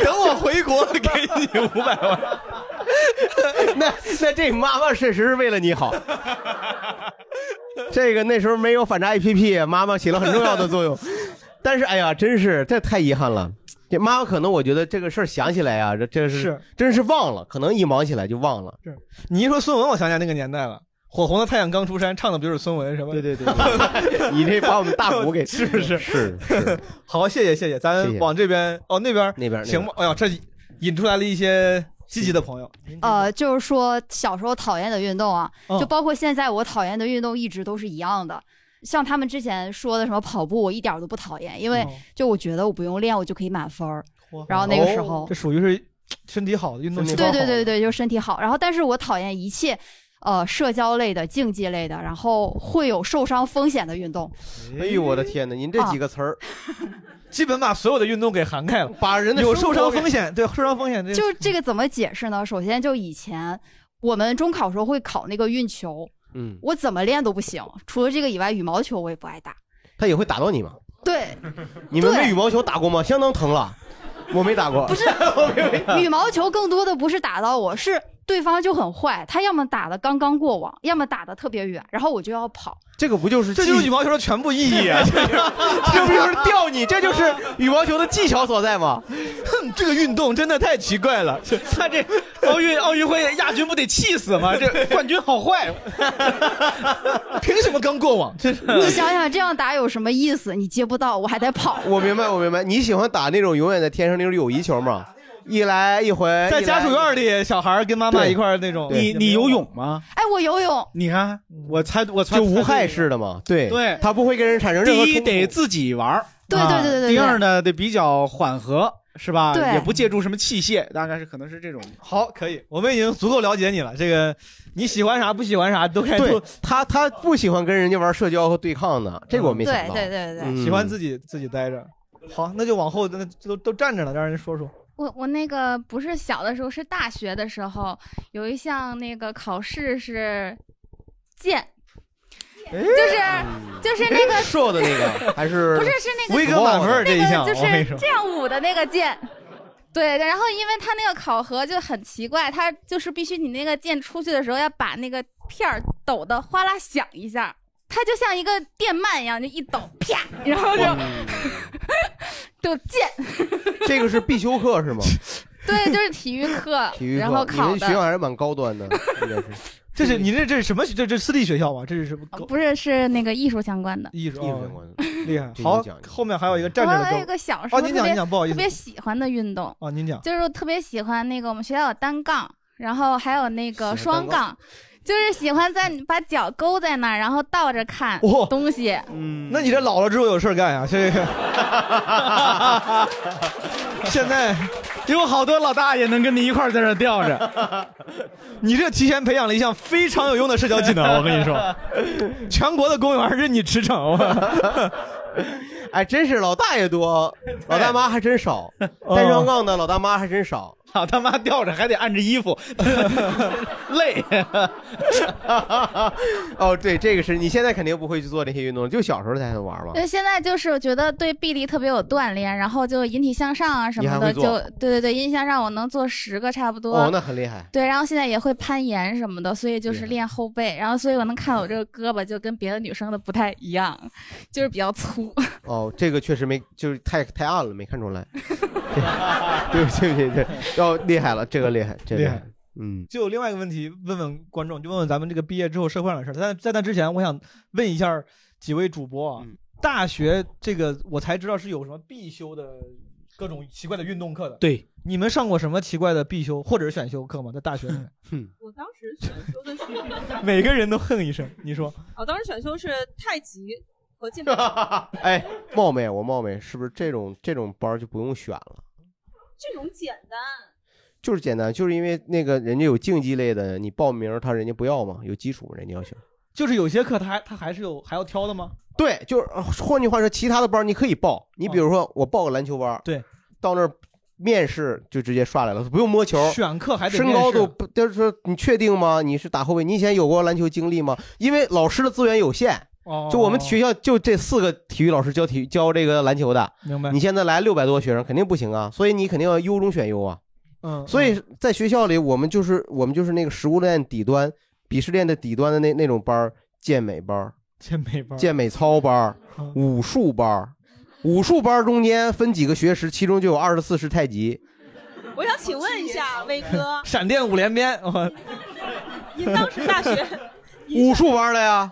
等我回国给你五百万。
那那这妈妈确实是为了你好。这个那时候没有反诈 APP，妈妈起了很重要的作用。但是哎呀，真是这太遗憾了。这妈妈可能我觉得这个事儿想起来呀、这这是
是
真是忘了，可能一忙起来就忘了。
你一说孙文，我想起来那个年代了。火红的太阳刚出山，唱的不就是孙文什么？对
对对，你这把我们大鼓给
是不是？
是
好，谢谢谢谢，咱
谢
往这边哦那边那
边
行吗？哎呀，这引出来了一些积极的朋友。
呃，就是说小时候讨厌的运动啊，
嗯
就包括现在我讨厌的运动一直都是一样的。像他们之前说的什么跑步，我一点儿都不讨厌，因
嗯
为就我觉得我不用练，我就可以满分儿。然后那个时候
哦，这属于是身体好的运动细胞
对
好，
对对对，就身体好。然后，但是我讨厌一切，呃，社交类的、竞技类的，然后会有受伤风险的运动。
哎呦我的天哪！您这几个词
啊
儿，
基本把所有的运动给涵盖了，
把人的
有
生活
受伤
给
风险，对受伤风险这
就这个怎么解释呢？首先，就以前我们中考时候会考那个运球，
嗯，
我怎么练都不行。除了这个以外，羽毛球我也不爱打。
他也会打到你吗？
对，
你们为羽毛球打过吗？相当疼 了，我没打过。不
是羽毛球更多的不是打到我，是对方就很坏，他要么打的刚刚过网，要么打的特别远，然后我就要 跑。
这个不就是
这就是羽毛球的全部意义啊！这就是
这不就是吊你？这就是羽毛球的技巧所在吗？
哼， 这个运动真的太奇怪了。
他这奥运奥运会亚军不得气死吗？这冠军好坏，
凭什么刚过网？
这
你想想这样打有什么意思？你接不到，我还得跑。
我明白，我明白。你喜欢打那种永远在天上那种友谊球吗？一来一回，
在家属
一来
院里，小孩跟妈妈一块儿那种，
你你游泳吗？
哎，我游泳，
你看，我猜我猜
就无害式的嘛，对
对，
他不会跟人产生任何
第一
冲突
得自己玩儿，
对对
啊
对对对对
第二呢，得比较缓和，是吧？
对
啊也不借助什么器械，大概是可能 是这种。
好，可以，我们已经足够了解你了。这个你喜欢啥，不喜欢啥都开
对
都
他他不喜欢跟人家玩社交和对抗
嗯
的，这个我没想到。
对
嗯
喜欢自己自己待着。好，那就往后那都都站着呢，让人说啊说。
我我那个不是小的时候，是大学的时候，有一项那个考试是剑，
哎
就是就是那个
瘦嗯哎的那个还是
不是是那个
威哥满分这一项，
那个
我跟
就
你
是
说
这样舞的那个剑。对，然后因为他那个考核就很奇怪，他就是必须你那个剑出去的时候要把那个片儿抖得哗啦响一下，它就像一个电鳗一样，就一抖啪，然后就就剑。
这个是必修课是吗？
对，就是体育课，
体育课，
然后
你
考
们
的
学校还是蛮高 端的，应该是。
这是你这这是什么学？这这私立学校吗？这是什么
哦不是是那个艺术相关的。
艺术
艺术
相
关的，
哦厉害。
这
好
你讲，
后面还有一个
我
站着的
还
哥
有一个小时候
哦，您
特
讲
别
您讲，不好意
特
思
别喜欢的运动，
哦，您讲。
就是我特别喜欢那个我们学校有单杠，然后还有那个
喜欢单
双杠，就是喜欢在把脚勾在那儿，然后倒着看
哦
东 西。
嗯
那你这老了之后有事儿干呀？这个现在
有好多老大爷能跟你一块儿在这吊 着，
你这提前培养了一项非 常有用的社交技能，我跟你说，全国的公务员任你驰骋。
哎，真是老大爷多，老大妈还 真少。
哎
单
哦
双杠的老大妈还真少，
老大妈吊着还得按着衣服，累。
哦，对，这个是你现在肯定不会去做这些运动了，就小时候才能玩吧？
对，现在就是觉得对臂力特别有锻炼，然后就引体向上啊什么
你还会
的，
做
就对对对，引体向上我能做十个差不多。
哦，那很厉害。
对，然后现在也会攀岩什么的，所以就是练后背，然后所以我能看我这个胳膊就跟别的女生的不太一样，就是比较粗。
哦，这个确实没，就是太太暗了，没看出来。 对不起，对不起，对不起，哦，厉害了，这个厉害，这个
厉害。
嗯，
就有另外一个问题，问问观众，就问问咱们这个毕业之后社会上的事儿。但在那之前，我想问一下几位主播
嗯
啊，大学这个我才知道是有什么必修的各种奇怪的运动课的。
对，
你们上过什么奇怪的必修或者是选修课吗？在大学里 面，
我当时选修的是
每个人都哼一声。你说，
我当时选修是太极和 健美，
哎，冒昧，我冒昧，是不是这种这种班儿就不用选了？
这种简单。
就是简单，就是因为那个人家有竞技类的，你报名他人家不要嘛，有基础人家要选。
就是有些课他还他还是有还要挑的吗？
对，就是呃换句话说，其他的班儿你可以报，你比如说我报个篮球班儿，
对，
到那儿面试就直接刷来了，不用摸球，
选课还得
身
面
高
试
都不，就是说你确定吗？你是打后卫，你以前有过篮球经历吗？因为老师的资源有限。
哦
就我们学校就这四个体育老师教体教这个篮球的，
明白
你现在来六百多学生肯定不行啊，所以你肯定要优中选优啊。
嗯，
所以在学校里，我们就是我们就是那个食物链底端、鄙视链的底端的那那种班儿，健美班儿、
健美班儿，
健美操班儿、武术班儿。武术班儿中间分几个学时，其中就有二十四式太极。
我想请问一下威哥
闪电五连鞭，
您当时大学
武术班儿的呀，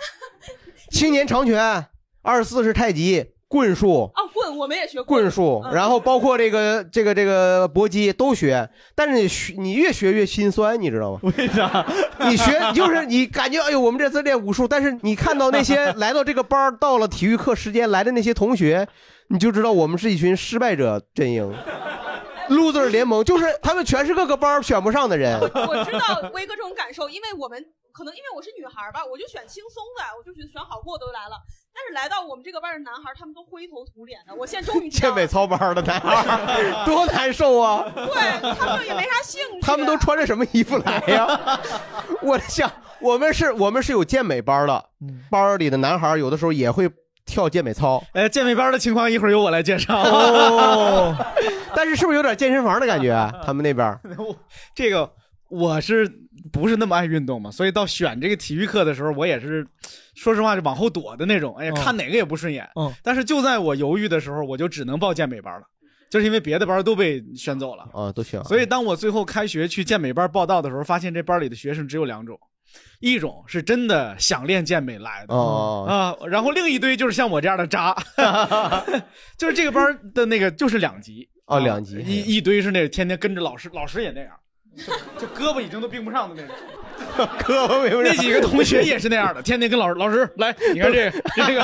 青年长拳、二十四式太极、棍术、
哦棍我们也学嗯
棍术，然后包括这个这个这个搏击都学，但是你学你越学越心酸，你知道吗？
为啥？
你学就是你感觉哎呦，我们这次练武术，但是你看到 那些来到这个班儿到了体育课时间来的那些同学，你就知道我们是一群失败者阵营。loser 联盟就是他们全是各个班儿选不上的人，
我知道威哥这种感受，因为我们可能因为我是女孩儿吧，我就选轻松的，我就觉得选好过都来了。但是来到我们这个班的男孩儿，他们都灰头土脸的。我现在终于知道
健美操班儿的男孩儿多难受啊！
对他们也没啥兴趣。
他们都穿着什么衣服来呀？我想，我们是我们是有健美班的，
嗯
班儿里的男孩儿有的时候也会跳健美操。
哎，健美班的情况一会儿由我来介绍。
哦，但是是不是有点健身房的感觉？
啊
他们那边儿
这个我是不是那么爱运动嘛？所以到选这个体育课的时候，我也是，说实话是往后躲的那种。哎呀，
哦
看哪个也不顺眼。
嗯。
但是就在我犹豫的时候，我就只能报健美班了，就是因为别的班都被选走了。
啊都行。
所以当我最后开学去健美班报道的时候，发现这班里的学生只有两种，一种是真的想练健美来的
哦
啊，然后另一堆就是像我这样的 渣， 就是这个班的那个就是两级
哦，两级。
一一堆是那个天天跟着老师，老师也那样，就胳膊已经都并不上的那种。
胳膊没有
那几个同学也是那样的，天天跟老师老师来，你看这个这个，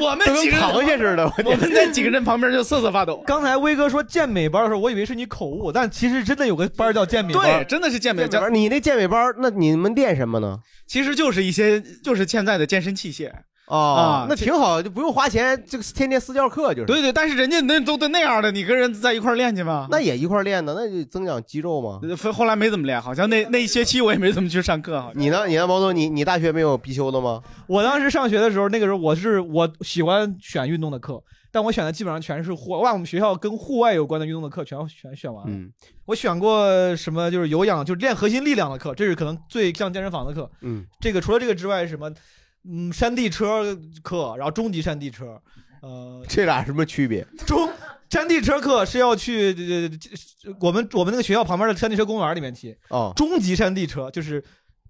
我们
都跟
几个人
螃蟹
似的，
我们那几个人旁边就瑟瑟发抖。
刚才威哥说健美班的时候，我以为是你口误，但其实真的有个班儿叫健美班，
对，真的是健美
健美班，你那健美班儿，那你们练什么呢？
其实就是一些就是现在的健身器械。
哦
啊，
那挺好，就不用花钱，这个天天私教课就是。
对对，但是人家那都都那样的，你跟人在一块儿练去吗？
那也一块儿练的，那就增长肌肉 嘛。
分后来没怎么练，好像那那一学期我也没怎么去上课，好像。
你呢？你呢，毛总？你你大学没有必修的吗？
我当时上学的时候，那个时候我是我喜欢选运动的课，但我选的基本上全是户外，哇我们学校跟户外有关的运动的课全全选完了。
嗯
我选过什么就是有氧，就是练核心力量的课，这是可能最像健身房的课。
嗯，
这个除了这个之外，什么嗯山地车课，然后中级山地车，呃，
这俩什么区别？
中山地车课是要去呃我们我们那个学校旁边的山地车公园里面骑。
哦
中级山地车就是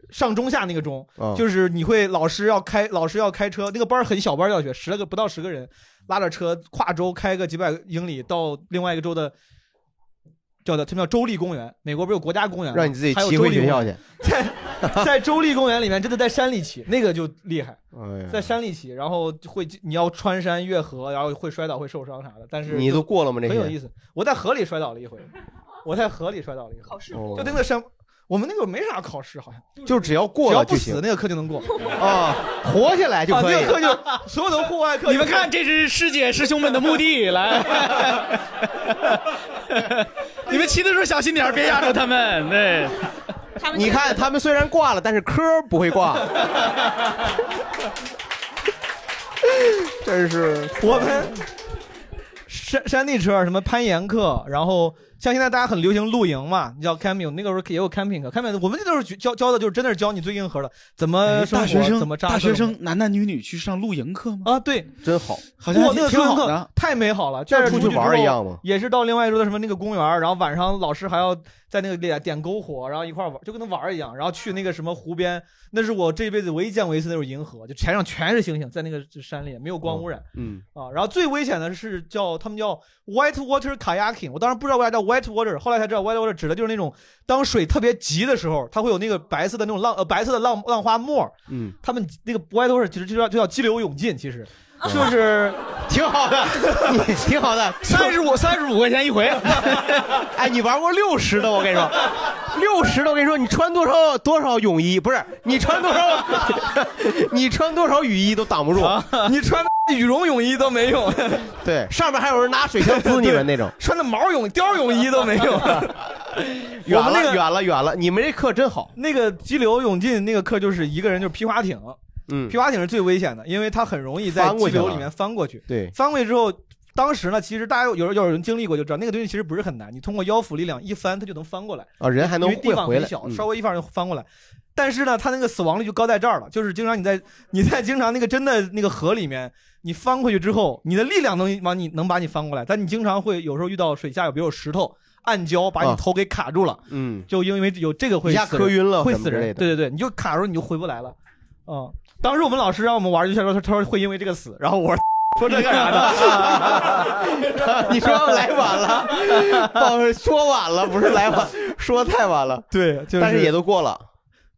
上中下那个中，
哦
就是你会老师要开老师要开车，那个班儿很小班儿要学，十来个不到十个人，拉着车跨州开个几百英里到另外一个州的。叫的，他们叫州立公园。美国不是有国家公园吗，
让你自己
还有
骑
州
回
立
学
公
校
园
去。
在州立公园里面，真的在山里骑，那个就厉害，
哎呀
在山里骑，然后会你要穿山越河，然后会摔倒、会受伤啥的。但是
你都过了吗这
很有
些
意思。我在河里摔倒了一回，我在河里摔倒了一回，考
试
哦
就那个山，我们那个没啥考试，好像
就是只要过了
只要不
就行
死那个课就能过
啊，活 下来就可以
啊、那个课 就所有的户外课，
你们看，这是师姐师兄们的墓地，来， 你们骑的时候小心点儿，别压着他们。对，
你看他们虽然挂了，但是科儿不 会挂，真是
我们山山地车什么攀岩课，然后像现在大家很流行露营嘛，你叫 camping，那个时候也有 camping 课，camping 我们这都是教教的，就是真的是教你最硬核的，怎么生活，
呃哎大学生
怎么扎，
大学生男男女女去上露营课吗？
啊，对，
真好，
好像
哇，那个
挺
听
好
课
的。
太美好了，
像
带着
出去
之后
玩一样嘛
也是到另外一周的什么那个公园儿，然后晚上老师还要在那个点点篝火，然后一块儿玩，就跟他玩儿一样。然后去那个什么湖边，那是我这辈子唯一见过一次那种银河，就天上全是星星，在那个山里没有光污染。
嗯，
啊，然后最危险的是叫他们叫 white water kayaking，我当时不知道为啥叫 white water，后来才知道 white water 指的就是那种当水特别急的时候，它会有那个白色的那种浪呃白色的浪浪花沫儿，
嗯，
他们那个 white water 其实就叫就叫激流勇进，其 实就是
挺 好的，挺好的，
三
十五三十五块钱一回。 哎，你玩过六十的，我跟你说，六十的，我跟你说，你穿多少多少泳衣，不是你穿多少， 你穿多少雨衣都挡不住，
啊
你穿羽绒泳衣都没用，，
对，上面还有人拿水枪滋你们那种
穿的毛泳貂泳衣都没 用。
远
我们那
了
个
远了远了，你们这课真好，
那个激流勇进那个课就是一个人就是皮划艇，
嗯
皮划艇是最危险的，因为它很容易在
翻
激
过去了
流里面翻过去。
对
翻过去之后，当时呢，其实大家有有有人经历过就知道，那个东西其实不是很难，你通过腰腹力量一翻，它就能翻过来。
啊人还能
因为地
会
方
回
很
来
小，
嗯
稍微一放就翻过来。但是呢，它那个死亡率就高在这儿了，就是经常你在你在经常那个真的那个河里面，你翻过去之后，你的力量能往你能把你翻过来，但你经常会有时候遇到水下有比如有石头、暗礁把你
啊
头给卡住了，
嗯，
就因为有这个会
一下
死人
磕晕了
会
什么
死
之类
人。
的
对对对，你就卡住你就回不来了。嗯，当时我们老师让我们玩儿，就说他他说会因为这个死，然后我说 说这干啥 呢？
你说来 晚了， 不是说晚了，不是来晚，说太晚了。
对，就是
但是也都过了。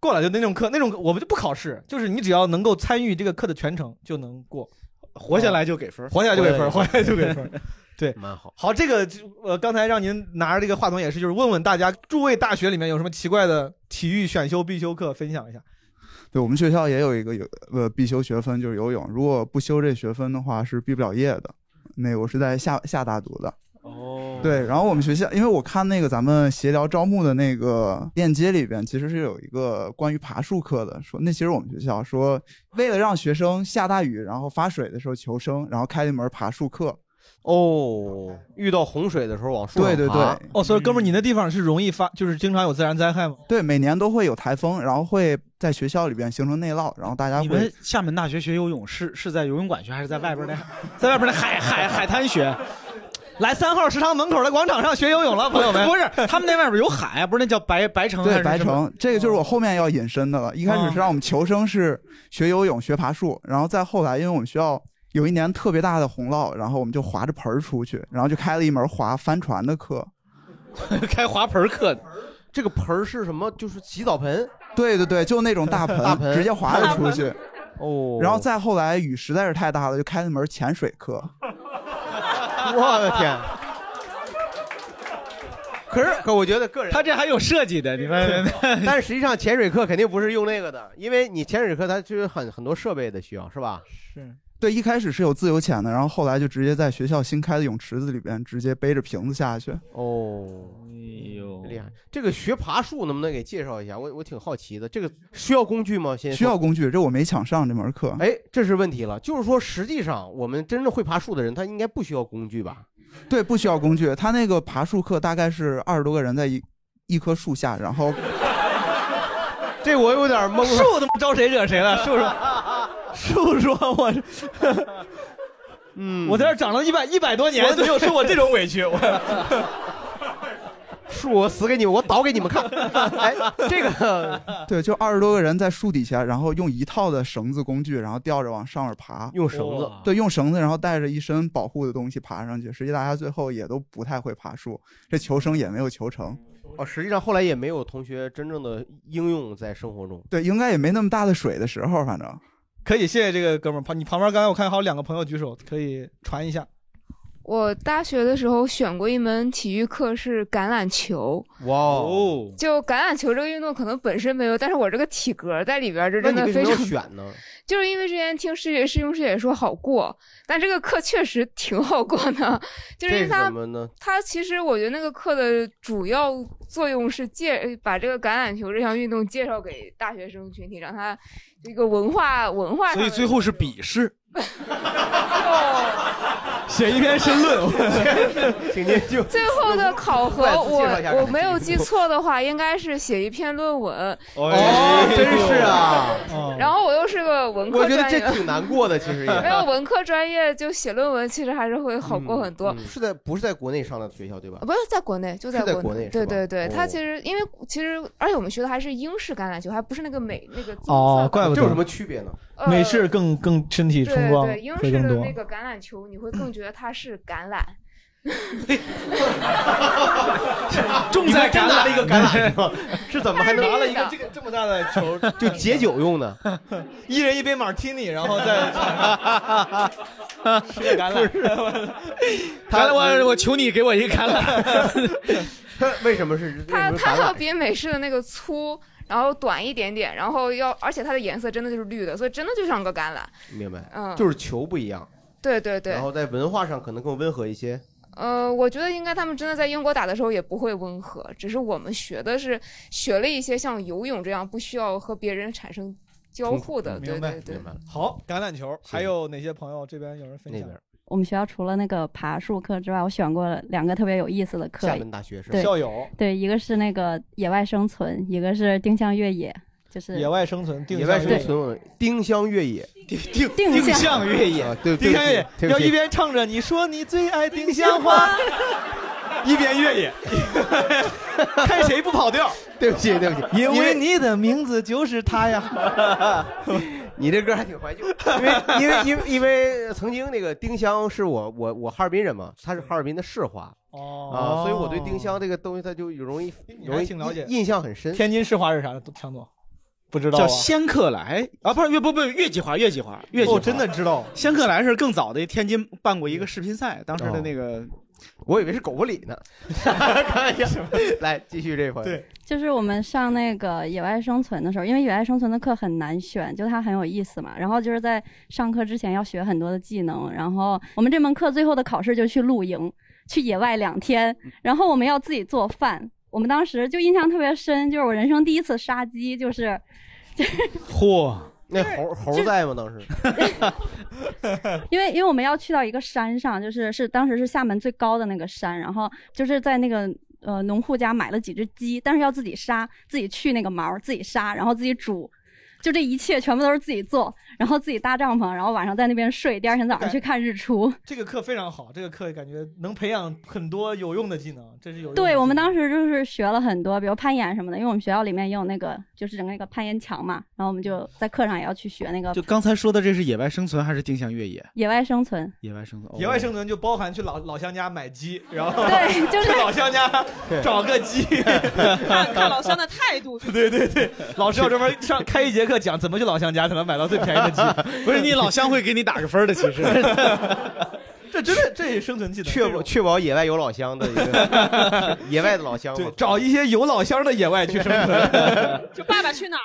过了就那种课，那种我们就不考试，就是你只要能够参与这个课的全程就能过，
活下来就给分儿
活下来就给分儿，活
活
下
下
来
来
就
就
给
给分儿
分 儿。对，
蛮好。
好，这个就呃，刚才让您拿着这个话筒也是，就是问问大家，诸位大学里面有什么奇怪的体育选修必修课，分享一下。
对我们学校也有一个有呃必修学分就是游泳，如果不修这学分的话是毕不了业的。那我是在厦厦大读的。哦，对，然后我们学校，因为我看那个咱们协聊招募的那个链接里边，其实是有一个关于爬树课的，说那其实我们学校说为了让学生下大雨然后发水的时候求生，然后开了一门爬树课。
哦，遇到洪水的时候往树上
对对对
爬，
哦，所以哥们儿，你那地方是容易发，就是经常有自然灾害吗？
对，每年都会有台风，然后会在学校里边形成内涝，然后大家
你
会
们厦门大学学游泳是是在游泳馆学，还是在外边的，在外边的海海海滩学？
来三号食堂门口的广场上学游泳了，朋友 们。
不是，他们那外边有海，不是那叫白白城还
对
是
白
什么
城，这个就是
哦
我后面要引申的了。一开始是让我们求生是学游泳、学爬树，然后再后来，因为我们学校有一年特别大的洪涝，然后我们就划着盆儿出去，然后就开了一门划帆船的课。
开划盆课的。
这个盆儿是什么？就是洗澡盆。
对对对，就那种大盆，
大盆
直接划着出去。
哦
然后再后来雨实在是太大了，就开了门潜水课。
我的天！可是，可我觉得个人
他这还有设计的，你发现没？
但是实际上潜水课肯定不是用那个的，因为你潜水课它就是很很多设备的需要，是吧？
是。
对，一开始是有自由潜的，然后后来就直接在学校新开的泳池子里边直接背着瓶子下去。
哦，哎呦，厉害！这个学爬树能不能给介绍一下？我我挺好奇的，这个需要工具吗？先
需要工具，这我没抢上这门课。
哎，这是问题了，就是说，实际上我们真正会爬树的人，他应该不需要工具吧？
对，不需要工具。他那个爬树课大概是二十多个人在一一棵树下，然后
这我有点懵
树他妈招谁惹谁了？ 树说，树说我，
嗯，
我在这儿长了一百一百 多年
我，
没有受过这种委屈。 我
树我死给你们，我倒给你们看。哎，这个
对，就二十多个人在树底下，然后用一套的绳子工具，然后吊着往上面爬。
用绳子哇
对，用绳子，然后带着一身保护的东西爬上去。实际大家最后也都不太会爬树，这求生也没有求成。
哦，实际上后来也没有同学真正的应用在生活中。
对，应该也没那么大的水的时候，反正。
可以，谢谢这个哥们儿。旁你旁边刚才我看还有两个朋友举手，可以传一下。
我大学的时候选过一门体育课是橄榄球，
哇哦，
就橄榄球这个运动可能本身没有，但是我这个体格在里边儿，这
那
真
你
的
为什
非
么要
常
选呢？
就是因为之前听师姐、师兄、师姐说好过，但这个课确实挺好过的，就是
这
因为
是
它
什么呢？
它其实我觉得那个课的主要作用是介把这个橄榄球这项运动介绍给大学生群体，让他这个文化文化上
所
的。
以最后是鄙视。
写一篇申论，
请您就
最后的考核，
快速
我
介绍一下
我
橄榄
没有
球
记错的话，应该是写一篇论文。
哦，真是啊！
然后我又是个文科
我觉
专
得
业，
这挺难过的，其实也
没有文科专业就写论文，其实还是会好过很多。
嗯是在不是在国内上的学校对吧？
不是在国内，就在
是在
国
国内
对
是吧
对对，它
哦
其实因为其实，而且我们学的还是英式橄榄球，还不是那个美那个棕色
哦，怪不得
这有什么区别呢？
呃
美式更更身体
对
冲撞
对对，英
会
式
更
的
多
那。个橄榄球， 你会更觉得它是橄 榄。
重
在橄榄
拿了一个橄榄是吧？是怎么还能
拿了一个这个这么大的 球？
就解酒用的？
一人一杯马提尼，然后再 吃个橄 榄。
橄榄，
嗯
我我求你给我一个橄 榄。
为什么是
它它要比美式的那个粗，然后短一点点，然后要，而且它的颜色真的就是绿的，所以真的就像个橄榄。
明白，
嗯
就是球不一样，
对对对
然，后在文化上可能更温和一些。
呃，我觉得应该他们真的在英国打的时候也不会温和，只是我们学的是学了一些像游泳这样不需要和别人产生交互的，对
嗯明白
对对。
好，橄榄球还有哪些朋友这边有人分享？
我们学校除了那个爬树课之外，我选过两个特别有意思的课。
厦门大学是吧
对
校友
对，一个是那个野外生存，一个是定向越野，就是
野外生存，定
野外
向
生存，丁香越野，
定
定向
向越野
啊，对，
丁香越
对
野
不起对不
要
起
一边唱着你说你最爱丁香 花，一边越野，看谁不跑调。
对不起，对不起，
因为
你
你的名字就是他呀。
你这歌还挺 怀旧，因为因为因为因为曾经那个丁香是我我我哈尔滨人嘛，他是哈尔滨的市花
哦
啊，所以我对丁香这个东西，它就有容易容
还
易
挺了解
印印象 很深。
天津市花是啥？强总不知道啊
叫仙客来啊，不是越不不越计划越计划越计划，
哦真的知道
仙客来是更早的，天津办过一个视频赛，当时的那个，
我以为是狗不理 呢，看一下， 来继续这回，对，
就是我们上那个野外生存的时候，因为野外生存的课很难选，就它很有意思嘛。然后就是在上课之前要学很多的技能，然后我们这门课最后的考试就是去露营，去野外两天，
嗯
然后我们要自己做饭。我们当时就印象特别深，就是我人生第一次杀鸡，就是
嚯，
那猴猴在吗？当时
因为因为我们要去到一个山上，就是是当时是厦门最高的那个山，然后就是在那个呃农户家买了几只鸡，但是要自己杀，自己去那个毛，自己杀，然后自己煮，就这一切全部都是自己做，然后自己搭帐篷，然后晚上在那边睡，第二天早上去看日出。
这个课非常好，这个课感觉能培养很多有用的技能，这是有用的
对
嗯
我们当时就是学了很多，比如攀岩什么的，因为我们学校里面也有那个就是整个那个攀岩墙嘛，然后我们就在课上也要去学那个
就刚才说的这是野外生存还是定向越野？
野外生存。
野外生存，哦
野外生存就包含去老老乡家买鸡，然后
对就是
去老乡家找个鸡，看
看老乡的态度。
对对对，老师要专门上开一节
啊
课讲怎么去老乡家才能买到最便宜的鸡，
不是你老乡会给你打个分的，其实
这真的这是生存技能，
确保确保野外有老乡的 一个野外的老乡
对
嘛，，
找一些有老乡的野外去 生存。
就爸爸去哪儿？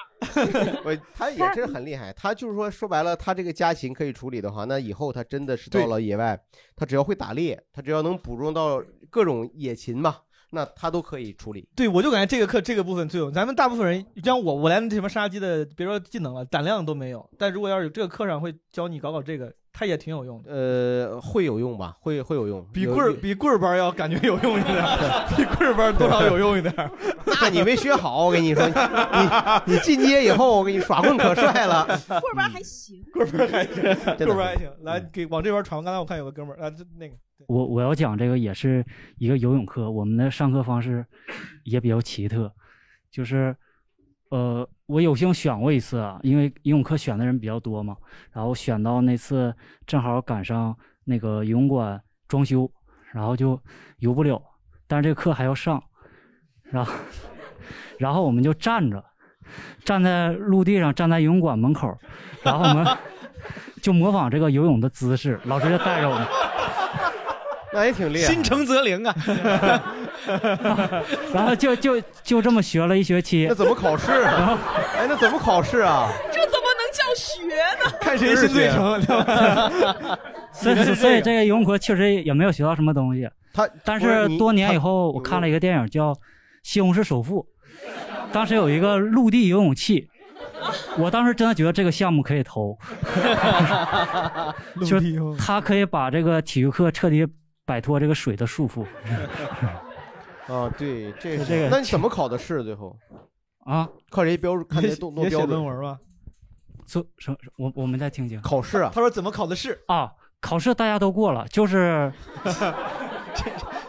我他也真很厉害，他就是说说白了，他这个家禽可以处理的话，那以后他真的是到了野外，他只要会打猎，他只要能捕捉到各种野禽嘛，那他都可以处理。
对，我就感觉这个课这个部分最有，咱们大部分人像我，我连那什么杀鸡的，别说技能了，胆量都没有。但如果要是有这个课上会教你搞搞这个，它也挺有用的，
呃，会有用吧？会会有用，
比棍儿比棍儿班要感觉有用一 点儿，比棍儿班多少有用一点儿。
那你没学好，我跟你说，你你进阶以后，我跟你耍棍可帅 了。
棍儿班还行，
棍儿班还行，
的嗯
棍儿班还行。来，给往这边传。刚才我看有个哥们儿，来啊这那个
我我要讲这个也是一个游泳课，我们的上课方式也比较奇特，就是呃，我有幸选过一次啊，因为游泳课选的人比较多嘛，然后选到那次正好赶上那个游泳馆装修，然后就游不了，但是这个课还要上，然后然后我们就站着，站在陆地上，站在游泳馆门口，然后我们就模仿这个游泳的姿势，老师就带着我们。
那也挺厉害。
心诚则灵啊！
然后就就就这么学了一学期。
那怎么考试啊？哎，那怎么考试啊？
这怎么能叫学呢？
看谁心最诚
对
吧？
所以所以这个游泳课确实也没有学到什么东西。
他
但
不是
是
你
多年
他
以后，我看了一个电影叫《西红柿首富》，当时有一个陆地游泳器，我当时真的觉得这个项目可以 投，就
地游
是它可以把这个体育课彻底摆脱这个水的束缚。
啊，对，这
这
是
个。
那你怎么考的试？最后
啊，
靠谁标准？看谁动
也
多
也
标
写
准？
论文
吗？
所什么我我们再听听
考试啊？
他说怎么考的试
啊？考试大家都过了，就是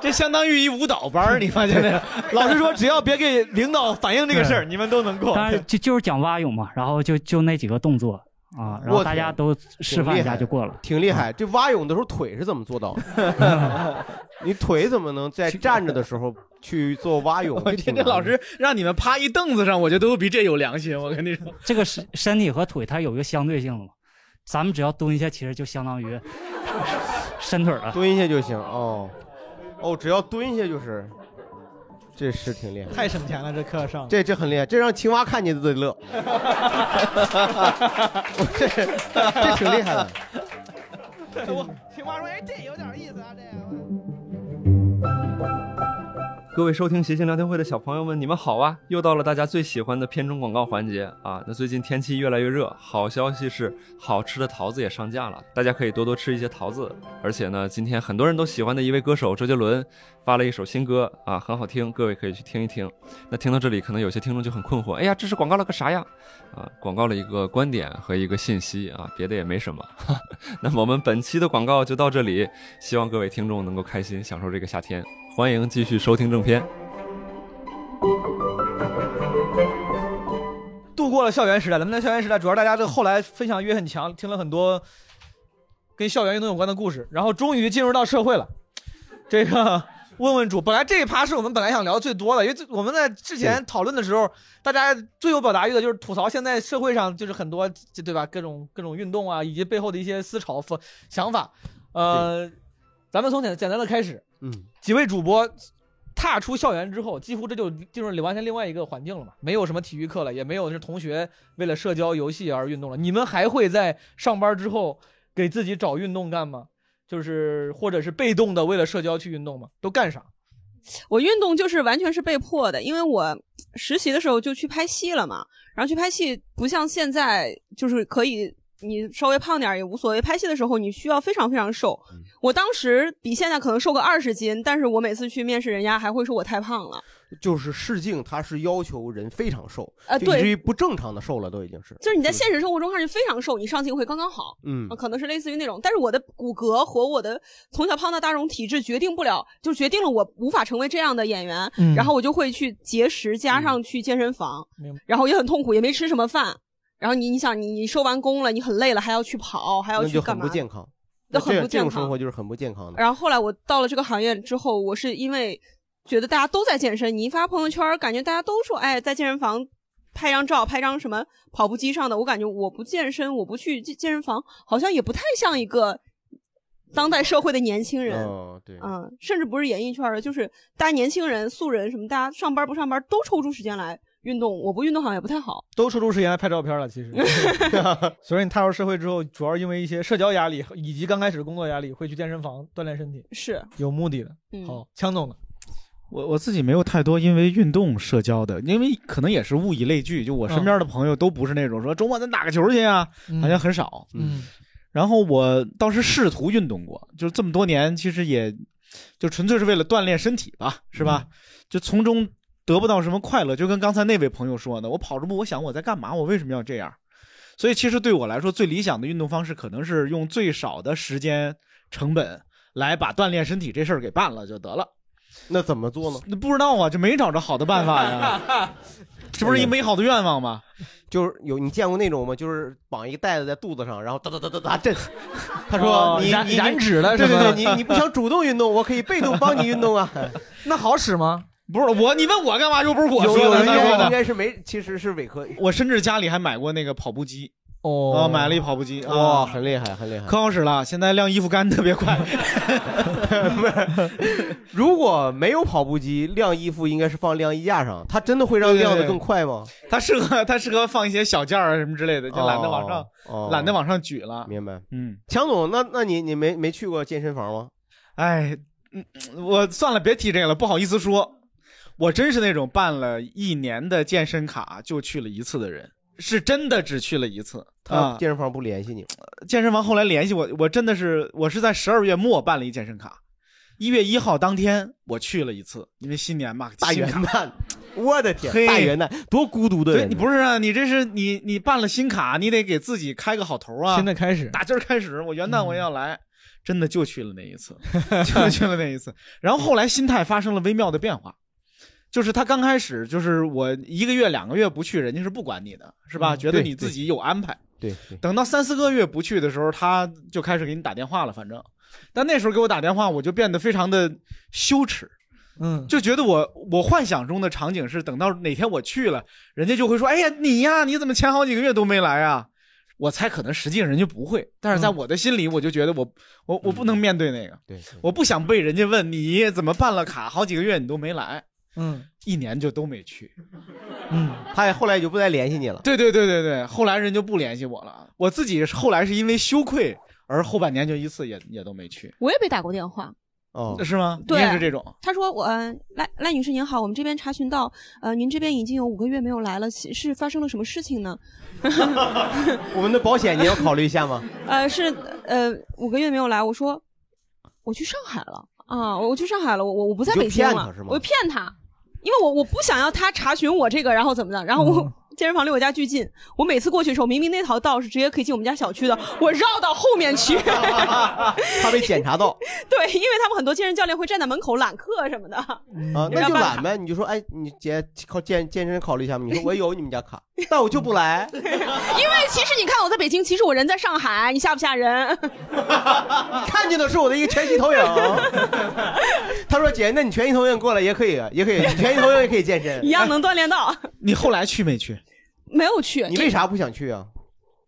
这相当于一舞蹈班
儿你发现没有
老师说，只要别给领导反映这个事儿，
对
你们都能过。
当然就就是讲蛙泳嘛，然后就就那几个动作啊，然
我
后
天
大家都示范一下就过了。
挺厉害。这蛙泳的时候腿是怎么做到的？你腿怎么能在站着的时候去做蛙泳？
我觉得这老师让你们趴一凳子上，我觉得都比这有良心。我跟你说，
这个身身体和腿它有一个相对性的嘛，咱们只要蹲下，其实就相当于 伸腿了。啊
蹲下就行哦。哦，只要蹲下就是，这是挺厉害。
太省钱了，这课上
这这很厉害，这让青蛙看见都得乐。我 这这挺厉害的。
我青蛙说，哎，这有点意思啊，这个。
各位收听谐星聊天会的小朋友们，你们好啊！又到了大家最喜欢的片中广告环节啊！那最近天气越来越热，好消息是好吃的桃子也上架了，大家可以多多吃一些桃子。而且呢，今天很多人都喜欢的一位歌手周杰伦发了一首新歌啊，很好听，各位可以去听一听。那听到这里，可能有些听众就很困惑，哎呀，这是广告了个啥呀？啊，广告了一个观点和一个信息啊，别的也没什么。 那么我们本期的广告就到这里，希望各位听众能够开心享受这个夏天。欢迎继续收听正片。
度过了校园时代，咱们在校园时代，主要大家这个后来分享欲很强，听了很多跟校园运动有关的故事，然后终于进入到社会了。这个问问主，本来这一趴是我们本来想聊最多的，因为这我们在之前讨论的时候，大家最有表达欲的就是吐槽现在社会上就是很多这对吧，各种各种运动啊，以及背后的一些思潮、风想法。呃，咱们从简简单的开始，
嗯，
几位主播踏出校园之后，几乎这就进入了完全另外一个环境了嘛，没有什么体育课了，也没有是同学为了社交游戏而运动了。你们还会在上班之后给自己找运动干吗？就是或者是被动的为了社交去运动吗？都干啥？
我运动就是完全是被迫的，因为我实习的时候就去拍戏了嘛，然后去拍戏不像现在就是可以。你稍微胖点儿也无所谓，拍戏的时候你需要非常非常瘦。我当时比现在可能瘦个二十斤，但是我每次去面试，人家还会说我太胖了。
就是试镜，它是要求人非常瘦，
啊
就以至
对
于不正常的瘦了，都已经是。
就是你在现实生活中看着非常瘦，你上镜会刚刚好，
嗯
啊可能是类似于那种。但是我的骨骼和我的从小胖到大这种体质决定不了，就决定了我无法成为这样的演员。
嗯
然后我就会去节食，加上去健身房，
嗯明白
然后也很痛苦，也没吃什么饭。然后你你想你你收完工了，你很累了，还要去跑，还要
那
去
就
干
很
嘛？
不健康。
那
那
很
这
不
这
健
种生
康。
活就是很不健康的。
然后后来我到了这个行业之后，我是因为觉得大家都在健身，你一发朋友圈儿，感觉大家都说，哎，在健身房拍张照，拍张什么跑步机上的，我感觉我不健身，我不去健健身房，好像也不太像一个当代社会的年轻人。
哦，对，
嗯，甚至不是演艺圈儿的，就是大家年轻人、素人什么，大家上班不上班都抽出时间来运动。我不运动好像也不太好。
都抽出时间来拍照片了， 其实。所以你踏入社会之后，主要因为一些社交压力以及刚开始的工作压力，会去健身房锻炼身体，
是
有目的的。
嗯
好，强总呢？
我我自己没有太多因为运动社交的，因为可能也是物以类聚，就我
嗯
身边的朋友都不是那种说周末咱打个球去啊，好像很少。
嗯，
然后我倒是试图运动过，就是这么多年，其实也就纯粹是为了锻炼身体吧，是
嗯
吧？就从中得不到什么快乐，就跟刚才那位朋友说的，我跑着步，我想我在干嘛，我为什么要这样？所以其实对我来说，最理想的运动方式可能是用最少的时间成本来把锻炼身体这事儿给办了就得了。
那怎么做呢？
那不知道啊，就没找着好的办法呀。
哎
这不是一美好的愿望吗？
就是有你见过那种吗？就是绑一个袋子在肚子上，然后哒哒哒哒哒 震。他
哦
说你
燃
你
燃脂了
对
是
对
吗
对，你你不想主动运动，我可以被动帮你运动啊。
那好使吗？
不是我，你问我干嘛？又不是我
有
说
有
的，
应
大
该
哥
应该是没，其实是伪科。
我甚至家里还买过那个跑步机，
哦
啊，买了一跑步机，啊
哇，很厉害，很厉害。
可好使了，现在晾衣服干特别快。
如果没有跑步机，晾衣服应该是放晾衣架上，它真的会让晾得更快吗？
它适合它适合放一些小件儿啊什么之类的，就懒得往上，
哦
懒得往上举了。
明白。
嗯，
强总，那那你你没没去过健身房吗？
哎，嗯我算了，别提这个了，不好意思说，我真是那种办了一年的健身卡就去了一次的人，是真的只去了一次。
他
啊，
健身房不联系你吗？
健身房后来联系我，我真的是我是在十二月末办了一健身卡，一月一号当天我去了一次，因为新年嘛，
大
新
元
卡
旦，我的天，
嘿
大元旦多孤独的
对
人
你。不是啊，你这是你你办了新卡，你得给自己开个好头啊！
现在开始
打今儿开始，我元旦我也要来，真的就去了那一 次，就去了那一次。然后后来心态发生了微妙的变化，就是他刚开始就是我一个月两个月不去，人家是不管你的，是吧？
嗯
觉得
对
你
对
自己有安排。
对对，
等到三四个月不去的时候，他就开始给你打电话了，反正。但那时候给我打电话，我就变得非常的羞耻，
嗯，
就觉得我我幻想中的场景是，等到哪天我去了，人家就会说，哎呀，你呀，你怎么前好几个月都没来啊？我猜可能实际上人家不会，但是在我的心里，我就觉得我我我不能面对那个，
对，
我不想被人家问你怎么办了卡，好几个月你都没来，
嗯，
一年就都没去，
他也后来也就不再联系你了。
对对对对对，后来人就不联系我了。我自己后来是因为羞愧，而后半年就一次也也都没去。
我也被打过电话。
哦
是吗？
对，
你也是这种。。
他说我：“呃赖赖女士您好，我们这边查询到，呃，您这边已经有五个月没有来了，是是发生了什么事情呢？
我们的保险你要考虑一下吗？
呃，是呃五个月没有来。”我说：“我去上海了啊，我去上海了，我我我不在
你就
北京
骗
了
他是吗，
我就骗他，因为我我不想要他查询我这个，然后怎么的，然后我。
嗯
健身房离我家巨近，我每次过去的时候，明明那条道是直接可以进我们家小区的，我绕到后面去。
怕被检查到
对，因为他们很多健身教练会站在门口揽客什么的。
啊，
没
那
办
就
法
懒呗。你就说，哎，你姐考健健身考虑一下吗？你说我有你们家卡，但我就不来。
因为其实你看我在北京，其实我人在上海，你吓不吓人？
看见的是我的一个全息投影。他说：“姐，那你全息投影过来也可以，也可以，你全息投影也可以健身，
一样能锻炼到。
你后来去没去？
没有去，
你为啥不想去啊？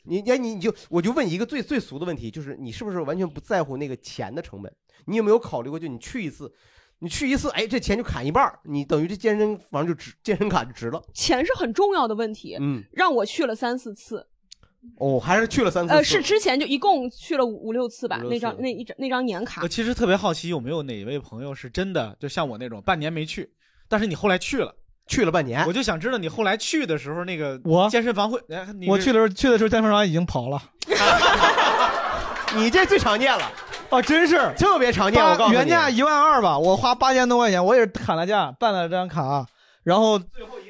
你哎，你你就我就问一个最最俗的问题，就是你是不是完全不在乎那个钱的成本？你有没有考虑过，就你去一次，你去一次，哎，这钱就砍一半儿，你等于这健身房就值，健身卡就值了。
钱是很重要的问题。
嗯，
让我去了三四次，
哦，还是去了三次。
呃，是之前就一共去了五五六次吧
五，六次
那张那一张那张年卡
我。其实特别好奇，有没有哪位朋友是真的就像我那种半年没去，但是你后来去了，
去了半年，
我就想知道你后来去的时候那个
我
健身房会，哎你
我
是
去
啊
的时候去的时候健身房已经刨了，
你这最常见了，
哦，真是
特别常见。我告诉你，
原价一万二吧，我花八千多块钱，我也是砍了价办了张卡，然后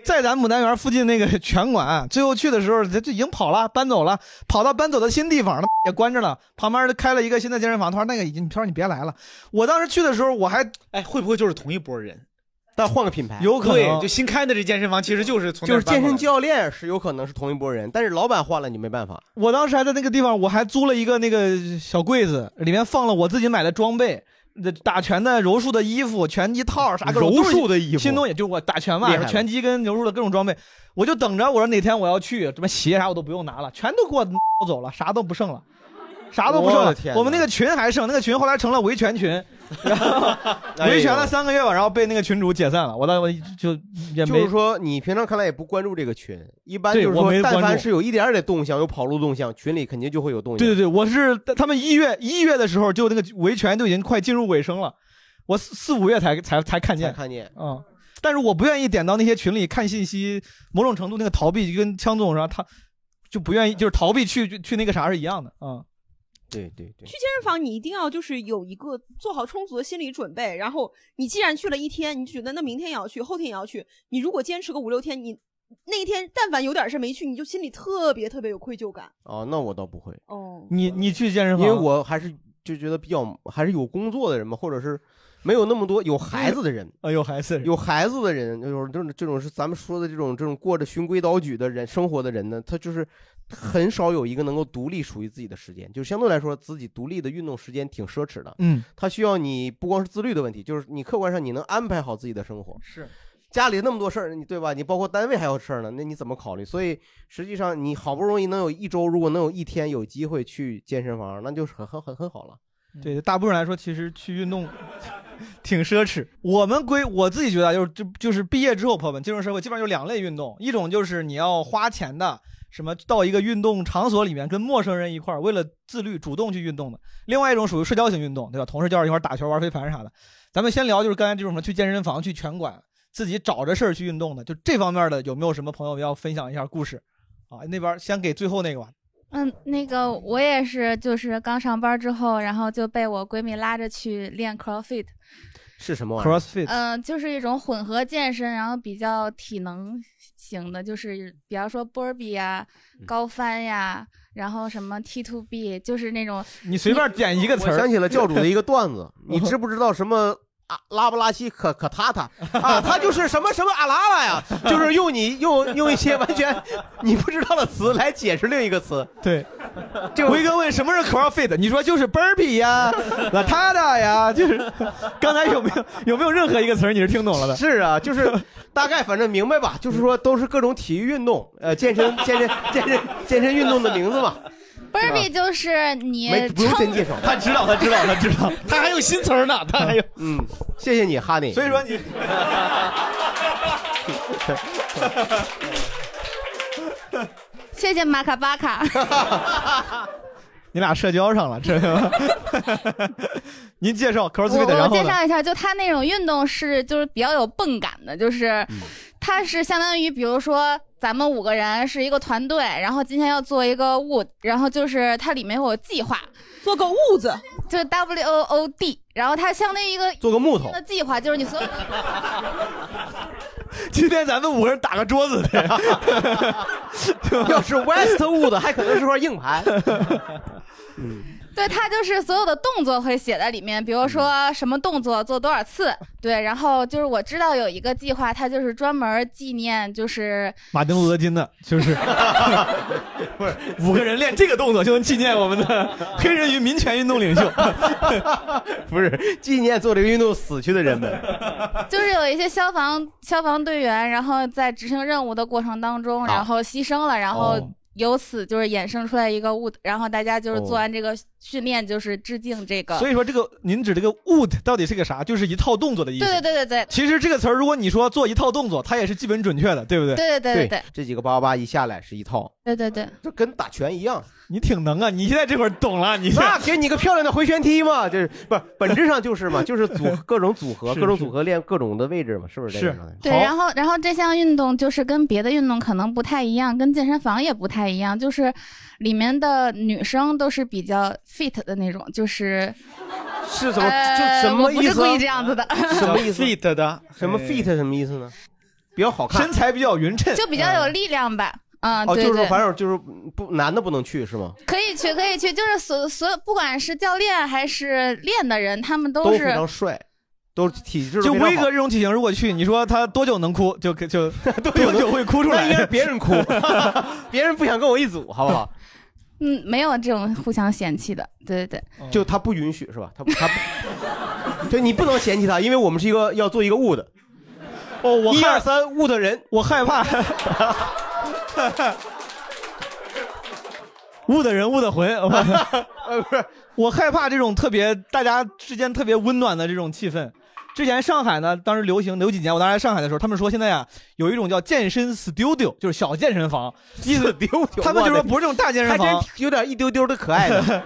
在咱牡丹园附近那个拳馆，最后去的时候他就已经跑了，搬走了，跑到搬走的新地方，他妈也关着了，旁边开了一个新的健身房，他说那个已经，他说你别来了。我当时去的时候我还
哎会不会就是同一波人？
但换个品牌，
有对，就新开的这健身房其实就是从那
就
儿
是健
搬过
身
来
教练是有可能是同一拨人，但是老板换了你没办法。
我当时还在那个地方，我还租了一个那个小柜子，里面放了我自己买的装备。那打拳的、柔术的衣服、拳击套啥各种
柔术的衣服
新东西就我打拳嘛
厉害，了
拳击跟柔术的各种装备，我就等着我说哪天我要去，什么鞋啥我都不用拿了，全都给我 拿走了，啥都不剩了，啥都不剩
我的
了
天。哪
我们那个群还剩，那个群后来成了维权群，
哎呦
维权了三个月吧，然后被那个群主解散了。我当我就也
就
没
是说，你平常看来也不关注这个群，一般
对
就是
我
说，
没
但
关
凡
注
是有一点儿点动向，有跑路动向，群里肯定就会有动
对
静。
对对，我是他们一月一月的时候，就那个维权都已经快进入尾声了，我四四五月才才才看见
才看见，
嗯。但是我不愿意点到那些群里看信息，某种程度那个逃避就跟枪总说他就不愿意，就是逃避去去那个啥是一样的啊。
对对对
去健身房，你一定要就是有一个做好充足的心理准备，然后你既然去了一天，你就觉得那明天也要去，后天也要去。你如果坚持个五六天，你那一天但凡有点事儿没去，你就心里特别特别有愧疚感。
哦，那我倒不会。
哦，
你你去健身
因为我还是就觉得比较还是有工作的人嘛，或者是没有那么多有孩子的人
啊，有孩子，
有孩子的人，就是这种这种是咱们说的这种这种过着循规蹈矩的人生活的人呢，他就是很少有一个能够独立属于自己的时间，就相对来说自己独立的运动时间挺奢侈的。
嗯，
他需要你不光是自律的问题，就是你客观上你能安排好自己的生活。
是。
家里那么多事儿，你对吧？你包括单位还有事儿呢，那你怎么考虑？所以实际上你好不容易能有一周，如果能有一天有机会去健身房，那就是很很很很好了。
对，大部分人来说，其实去运动 挺奢侈。我们归我自己觉得啊，就是就就是毕业之后，朋友们进入社会，基本上就两类运动，一种就是你要花钱的，什么到一个运动场所里面跟陌生人一块儿，为了自律主动去运动的；另外一种属于社交型运动，对吧？同事叫一块儿打球、玩飞盘啥的。咱们先聊就是刚才这种什么去健身房、去拳馆，自己找着事儿去运动的，就这方面的有没有什么朋友要分享一下故事？啊，那边先给最后那个吧。
嗯，那个我也是，就是刚上班之后，然后就被我闺蜜拉着去练 CrossFit，
是什么玩意儿
CrossFit
嗯、就是一种混合健身，然后比较体能型的，就是比方说波比呀、
嗯
高翻呀，然后什么 T to B，就是那种
你随便点一个词儿
我想起了教主的一个 段子，你知不知道什么？啊，拉布拉西可可 塔塔啊，他就是什么什么阿拉拉呀，就是用你用用一些完全你不知道的词来解释另一个词。
对，
就
辉哥问什么是 CrossFit，你说就是 burpee 呀、l a t a d a 呀，就是刚才有没有有没有任何一个词儿你是听懂了的？
是啊，就是大概反正明白吧，就是说都是各种体育运动，呃，健身健身健身健身运动的名字嘛。
波比就是你
没不用真介绍，他知道，他知道，他知道，他还有新词呢，他还有嗯，谢谢你，哈尼。
所以说你，
谢谢马卡巴 卡。
你俩社交上了，这 您介绍
我
CrossFit，
我
然后
介
呢
绍一下，就它那种运动是就是比较有泵感的，就是
嗯
它是相当于比如说咱们五个人是一个团队，然后今天要做一个 wood，然后就是它里面会有计划，
做个 wood，
就 W O O D，然后它相当于一个
做个木头
的计划，就是你所有的
今天咱们五个人打个桌子的，
要是 Westwood 还可能是块硬盘。
对，它就是所有的动作会写在里面，比如说什么动作做多少次，对，然后就是我知道有一个计划，它就是专门纪念就是
马丁路德金的，就是 不是五个人练这个动作就能纪念我们的 黑人与民权运动领袖，
不是纪念做这个运动死去的人们。
就是有一些消防消防队员，然后在执行任务的过程当中，然后牺牲了，然后
哦
由此就是衍生出来一个物，然后大家就是做
哦
完这个训练，就是致敬这个。
所以说这个您指这个 wood 到底是个啥？就是一套动作的意
对
思。
对对对对，
其实这个词儿，如果你说做一套动作，它也是基本准确的，对不对？
对对对对对
这几个八八八一下来是一套，
对对对，
就跟打拳一样。
你挺能啊！你现在这会儿懂了， 你
那给你个漂亮的回旋踢嘛，就是不是本质上就是嘛，就是组合各种组合，
是
各种组合练各种的位置嘛，是不是这个
是
状态？
对，
好
然后然后这项运动就是跟别的运动可能不太一样，跟健身房也不太一样，就是里面的女生都是比较 fit 的那种， 就是
是
怎么
呃、
这什么
我不
意
是
思啊
故意这样子 的，
什么意思
fit 的
什么 fit 什么意思呢？哎比较好看，
身材比较匀称
就比较有力量吧。嗯，
哦，
对
就是说
对
反正就是不男的不能去是吗？
可以去，可以去，就是所所有不管是教练还是练的人，他们
都
是
非常帅，都体质
就
都非常好
威哥这种体型，如果去，你说他多久能哭？就 就多久会哭出
那
来？
应该是别人哭别人不想跟我一组，好不好？
嗯，没有这种互相嫌弃的，对对
嗯
对，
就他不 允许是吧？他他不，就你不能嫌弃他，因为我们是一个要做一个 wood。
哦，我
一二三 wood 人，
我害 怕。悟的人悟的 魂， 呃不是，我害怕这种特别大家之间特别温暖的这种气氛。之前上海呢，当时流行有几年，我当时在上海的时候，他们说现在啊有一种叫健身 studio，就是小健身房，意思他们就说不是这种大健身
还真
房，
有点一丢丢的可 爱的。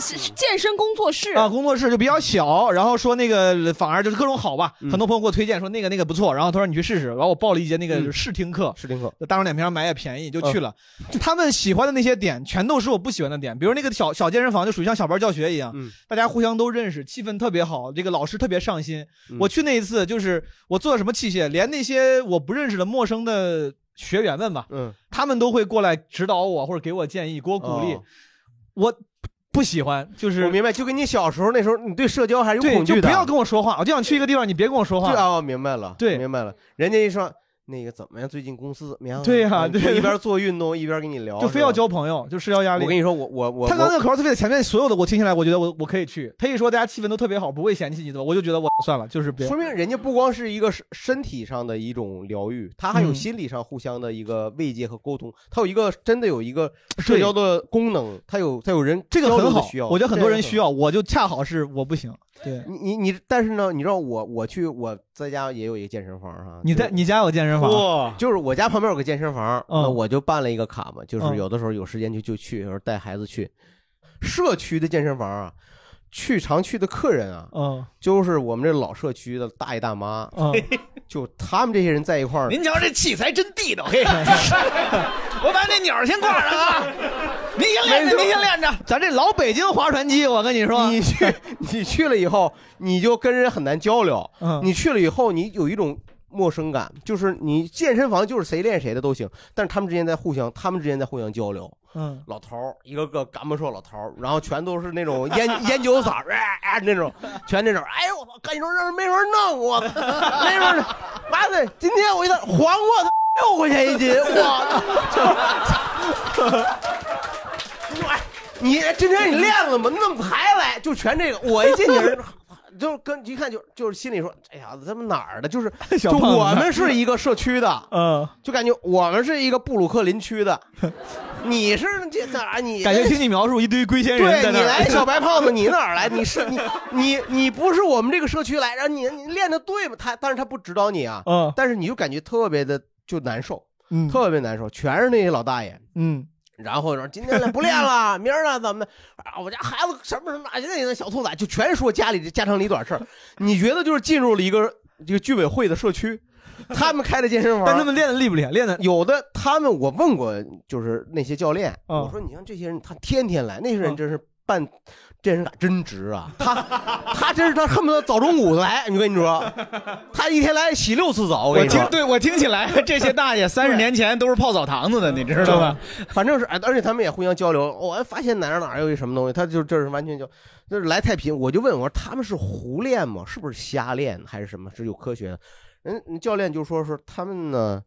是是健身工作室
啊，工作室就比较小，然后说那个反而就是各种好吧，
嗯
很多朋友给我推荐说那个那个不错，然后他说你去试试，然后我报了一节那个试听课，
嗯试听课，嗯
大众点评上买也便宜就去了。他们喜欢的那些点全都是我不喜欢的点，比如那个小小健身房就属于像小班教学一样，
嗯
大家互相都认识，气氛特别好，这个老师特别上心。
嗯
我去那一次就是我做了什么器械，连那些我不认识的陌生的学员们吧，
嗯，
他们都会过来指导我或者给我建议，给我鼓励。
哦
我不喜欢，就是
我明白，就跟你小时候那时候，你对社交还是有
对，
恐惧
就
的。
不要跟我说话，我就想去一个地方，你别跟我说话。
对啊，我明白了，
对，
明白了。人家一说那个怎么样？最近公司怎么样？
对呀
嗯就
对
一边做运动一边跟你聊，
就非要
是吧
交朋友，就社交压力。
我跟你说，我我我
他刚才那
我
个 CrossFit 前面所有的我听下来，我觉得我我可以去。他一说大家气氛都特别好，不会嫌弃你的，我就觉得我算了，就是别。
说明人家不光是一个身身体上的一种疗愈，他还有
嗯
心理上互相的一个慰藉和沟通，他有一个真的有一个社交的功能，他有他有人
这个
交流
很
的
好
需要，，
我觉得很多人
这个
需要，我就恰好是我不行。对，
你你你，但是呢，你知道我我去我在家也有一个健身房哈，
你在你家有健身房？
哇，就是我家旁边有个健身房，
嗯
那我就办了一个卡嘛，就是
嗯
有的时候有时间就就去，有时候带孩子去。社区的健身房啊，去常去的客人啊，
嗯，
就是我们这老社区的大爷大妈，
嗯
就他们这些人在一块儿，
您瞧这器材真地道， 嘿，我把这鸟儿先挂上 啊，您先练着，您先练着。
咱这老北京划船机，我跟你说，
你去你去了以后，你就跟人很难交流。
嗯
你去了以后，你有一种陌生感，就是你健身房就是谁练谁的都行，但是他们之间在互相，他们之间在互相交流。
嗯，
老头儿一个个干巴瘦老头儿，然后全都是那种烟 烟酒嗓儿，哎哎那种，全那种，哎呦我操，跟你说这没人 弄我，没人，妈的，今天我一看黄瓜六块钱一斤，我操！就是你今天你练了吗？你怎么才来？就全这个，我一进去。就跟一看就就是心里说，哎呀，咱们哪儿的？就是
小
就
胖子
我们是一个社区的，
嗯，
就感觉我们是一个布鲁克林 区的，你是这哪儿？你
感觉听你描述一堆龟仙人在
对
那
你
儿。
来小白胖子，你哪儿来？你是你你你不是我们这个社区来，然后你你练的对吗？他但是他不指导你啊，
嗯，
但是你就感觉特别的就难受，
嗯，
特别难受，全是那些老大爷，
嗯。
然后说今天不练 了，明儿呢怎么的？啊，我家孩子什么什么哪现在那小兔崽，就全说家里这家长里短事儿。你觉得就是进入了一个这个居委会的社 区，他们开的健身房，
但他们练的厉不厉害？练的
有的他们我问过，就是那些教练，
嗯
我说你像这些人，他天天来，那些人真是办健身卡真值啊，他他真是他恨不得早中午来，你跟你说，他一天来洗六次澡，跟
我
你说
听，对我听起来这些大爷三十年前都是泡澡堂子的，你知道吧？
反正是，哎而且他们也互相交流。我、还发现哪儿哪儿有一什么东西，他就这是完全就就是来太平，我就问我说他们是胡练吗？是不是瞎练还是什么？是有科学的？人人教练就说说他们呢，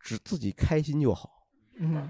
只自己开心就好。
嗯，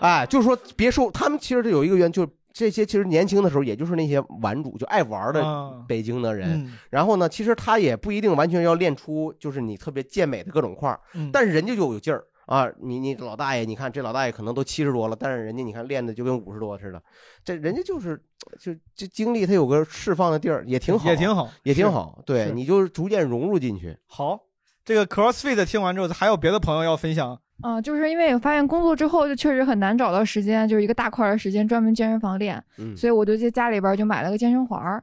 哎，就是说别受他们其实有一个原因，就是这些其实年轻的时候，也就是那些玩主，就爱玩
啊
的北京的人。
嗯
然后呢，其实他也不一定完全要练出就是你特别健美的各种块儿，
嗯
但是人家就有劲儿。啊，你你老大爷，你看这老大爷可能都七十多了，但是人家你看练的就跟五十多似的，这人家就是就这精力他有个释放的地儿，也挺好，
也挺好
也挺
是
好。对，
是
你就逐渐融入进去。
好，这个 CrossFit 听完之后，还有别的朋友要分享？
嗯，就是因为我发现工作之后就确实很难找到时间，就是一个大块儿的时间专门健身房练，
嗯
所以我就在家里边儿就买了个健身环儿。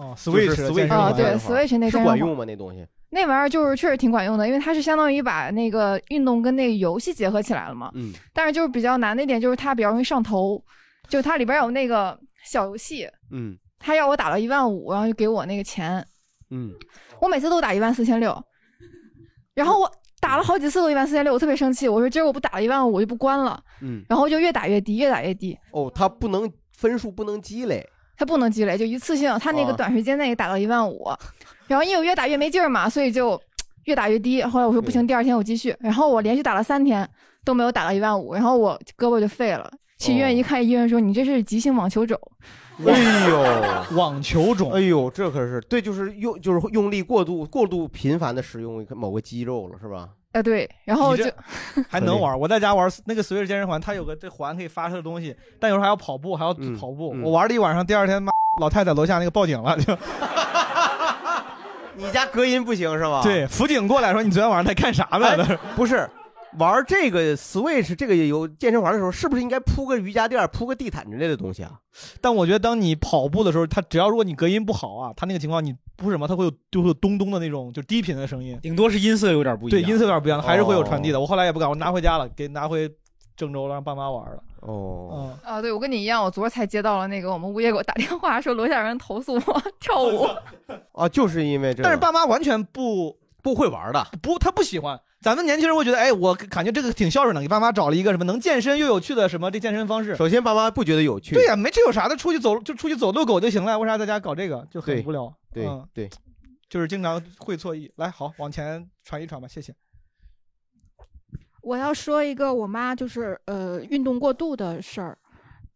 哦
就
Switch
是
的
Switch
健身
啊
环，
对 Switch 那健
是
身
管
环
用吗？那东西？
那玩意儿就是确实挺管用的，因为它是相当于把那个运动跟那个游戏结合起来了嘛。
嗯，
但是就是比较难的一点就是它比较容易上头，就它里边儿有那个小游戏，
嗯
他要我打到一万五，然后就给我那个钱，
嗯，
我每次都打一万四千六，然后我打了好几次都一万四千六，我特别生气，我说今儿我不打一万五我就不关了，
嗯，
然后就越打越低，越打越低，
哦，它不能分数不能积累，
它不能积累，就一次性，它那个
哦
短时间内打到一万五，然后因为我越打越没劲儿嘛，所以就越打越低，后来我说不行，第二天我继续，然后我连续打了三天都没有打到一万五，然后我胳膊就废了，去
哦
医院一看，医院说你这是急性网球肘。
哎呦，
网球种，
哎呦，这可是对，就是用就是用力过度过度频繁的使用某个肌肉了，是吧？
哎，对，然后
你
就
这 还能玩儿。我在家玩儿那个 Switch 健身环，它有个这环可以发射的东西，但有时候还要跑步，还要
嗯
跑步。我玩了一晚上，第二天妈老太太楼下那个报警了，就
你家隔音不行是吧？
对辅警过来说你昨天晚上在干啥呢？
不是。玩这个 Switch 这个有健身环的时候，是不是应该铺个瑜伽垫、铺个地毯之类的东西啊？
但我觉得当你跑步的时候，它只要如果你隔音不好啊，它那个情况你铺什么，它会有就会有咚咚的那种就低频的声音，
顶多是音色有点不一样，哦
对音色有点不一样，还是会有传递的。我后来也不敢，我拿回家了，给拿回郑州让爸妈玩了。
哦，
嗯
啊，对，我跟你一样，我昨儿才接到了那个我们物业给我打电话说楼下有人投诉我 跳舞，
啊，就是因为这个。
但是爸妈完全不
不会玩的，
不，他不喜欢。咱们年轻人会觉得，哎，我感觉这个挺孝顺的，给爸妈找了一个什么能健身又有趣的什么这健身方式。
首先爸妈不觉得有趣，
对呀、没这有啥的，出去走就出去走遛狗就行了，为啥在家搞这个就很
对
无聊？
对
嗯
对，
就是经常会错意。来，好，往前传一传吧，谢谢。
我要说一个我妈就是呃运动过度的事儿。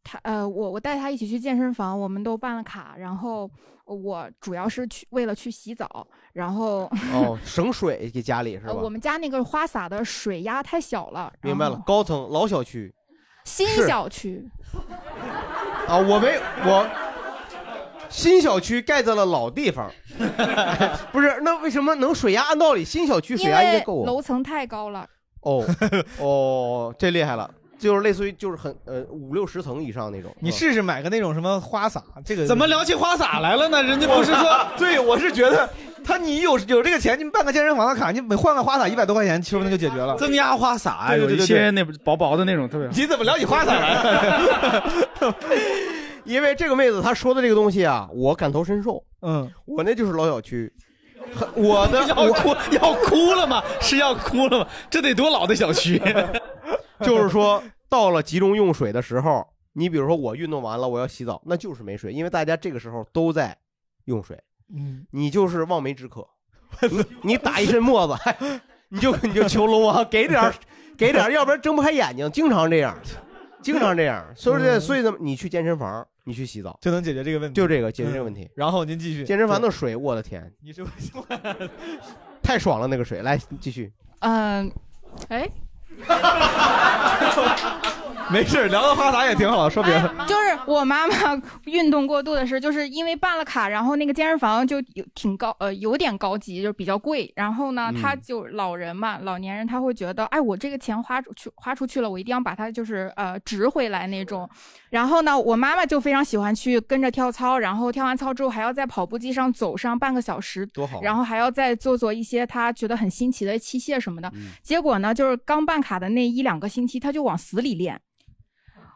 她呃，我我带她一起去健身房，我们都办了卡，然后我主要是去为了去洗澡，然后
哦，省水给家里是吧？
呃我们家啊那个花洒的水压太小了，
明白了，高层老小区
新
是
小区，
啊，我没我新小区盖在了老 地方， 不是？那为什么能水压？按道理新小区水
因
压应该
为
够啊
楼层太高了。
哦哦，这厉害了，就是类似于就是很呃五六十层以上那种。哦
你 试试买个那种什么花洒，这个
怎么聊起花 洒来了呢？人家不是 说
对，我是觉得他你有有这个钱，你办个健身房的卡，你每换个花洒一百多块钱，说不定就解决了。
增压花洒啊，
对
有
对
一
对
些
对
那薄薄的那种特别好。
你怎么聊起花洒来了？
因为这个妹子她说的这个东西啊，我感同身受。
嗯，
我那就是老小区，很我的
要
我
哭要哭了吗？是要哭了吗？这得多老的小区？
就是说到了集中用水的时候，你比如说我运动完了，我要洗澡，那就是没水，因为大家这个时候都在用水，
嗯，
你就是望梅止渴，你你打一身沫子，嗨你就你就求龙王给点儿给点儿，要不然睁不开眼睛，经常这样，经常这样，所以这所以呢，你去健身房，你去洗澡
嗯就能解决这个问题，嗯
就这个解决这个问题。
然后您继续，
健身房的水，我的天，
你是为
太爽了那个水，来继续。
嗯， 哎，
没事， 聊到花洒也挺好，说别的。
就是我妈妈运动过度的事，就是因为办了卡，然后那个健身房就有挺高，呃，有点高级，就是比较贵。然后呢，
嗯
她就老人嘛，老年人他会觉得，哎，我这个钱花出去花出去了，我一定要把它就是呃值回来那种。然后呢，我妈妈就非常喜欢去跟着跳操，然后跳完操之后还要在跑步机上走上半个小时，
多好啊
然后还要再做做一些她觉得很新奇的器械什么的。
嗯
结果呢，就是刚办卡的那一两个星期，她就往死里练。
啊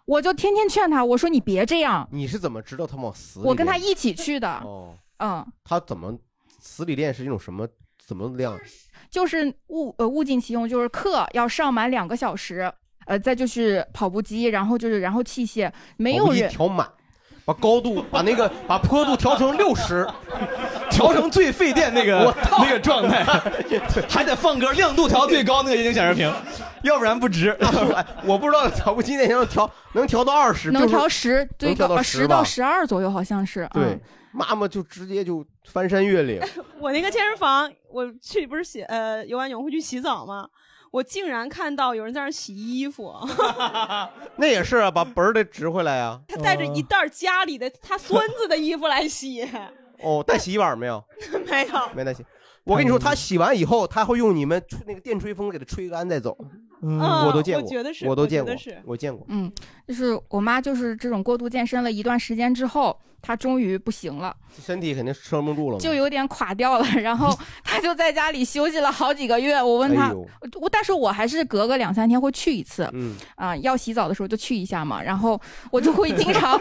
我就天天劝他，我说你别这样，
你是怎么知道他们往死里练？
我跟他一起去的，
哦，
嗯，
他怎么死里练是一种什么怎么量？
就是物呃物尽其用，就是课要上满两个小时，呃，再就是跑步机，然后就是然后器械，没
跑
有
步机
人
调满，把高度把那个把坡度调成六十，调成
最费电那个
我操
那个状态， 还得放歌，亮度调最高那个液晶显示屏，要不然不值。
哎 我不知道跑步机那能调能调到二十，
能调
就是
十，最
能调
高
到
啊
呃
10
十
吧
到十二左右好像是，
对
嗯，
妈妈就直接就翻山越岭，
我那个健身房，我去不是洗呃游完泳会去洗澡吗？我竟然看到有人在那儿洗衣服，
那也是啊，把本儿得值回来啊。
他带着一袋儿家里的他孙子的衣服来洗，
哦，带洗衣板没有？
没有。
没带洗。 我跟你说，他洗完以后，他会用你们吹那个电吹风给他吹干再走。
嗯
我都见过，
我觉得是
我都
我觉
见
得
过
是，
我见过。
嗯，就是我妈就是这种过度健身了一段时间之后，她终于不行了。
身体肯定撑不住了嘛。
就有点垮掉了，然 后他就在家里休息了好几个月。我问他，
哎呦
我但是我还是隔个两三天会去一次，
嗯
啊、要洗澡的时候就去一下嘛。然后我就会经常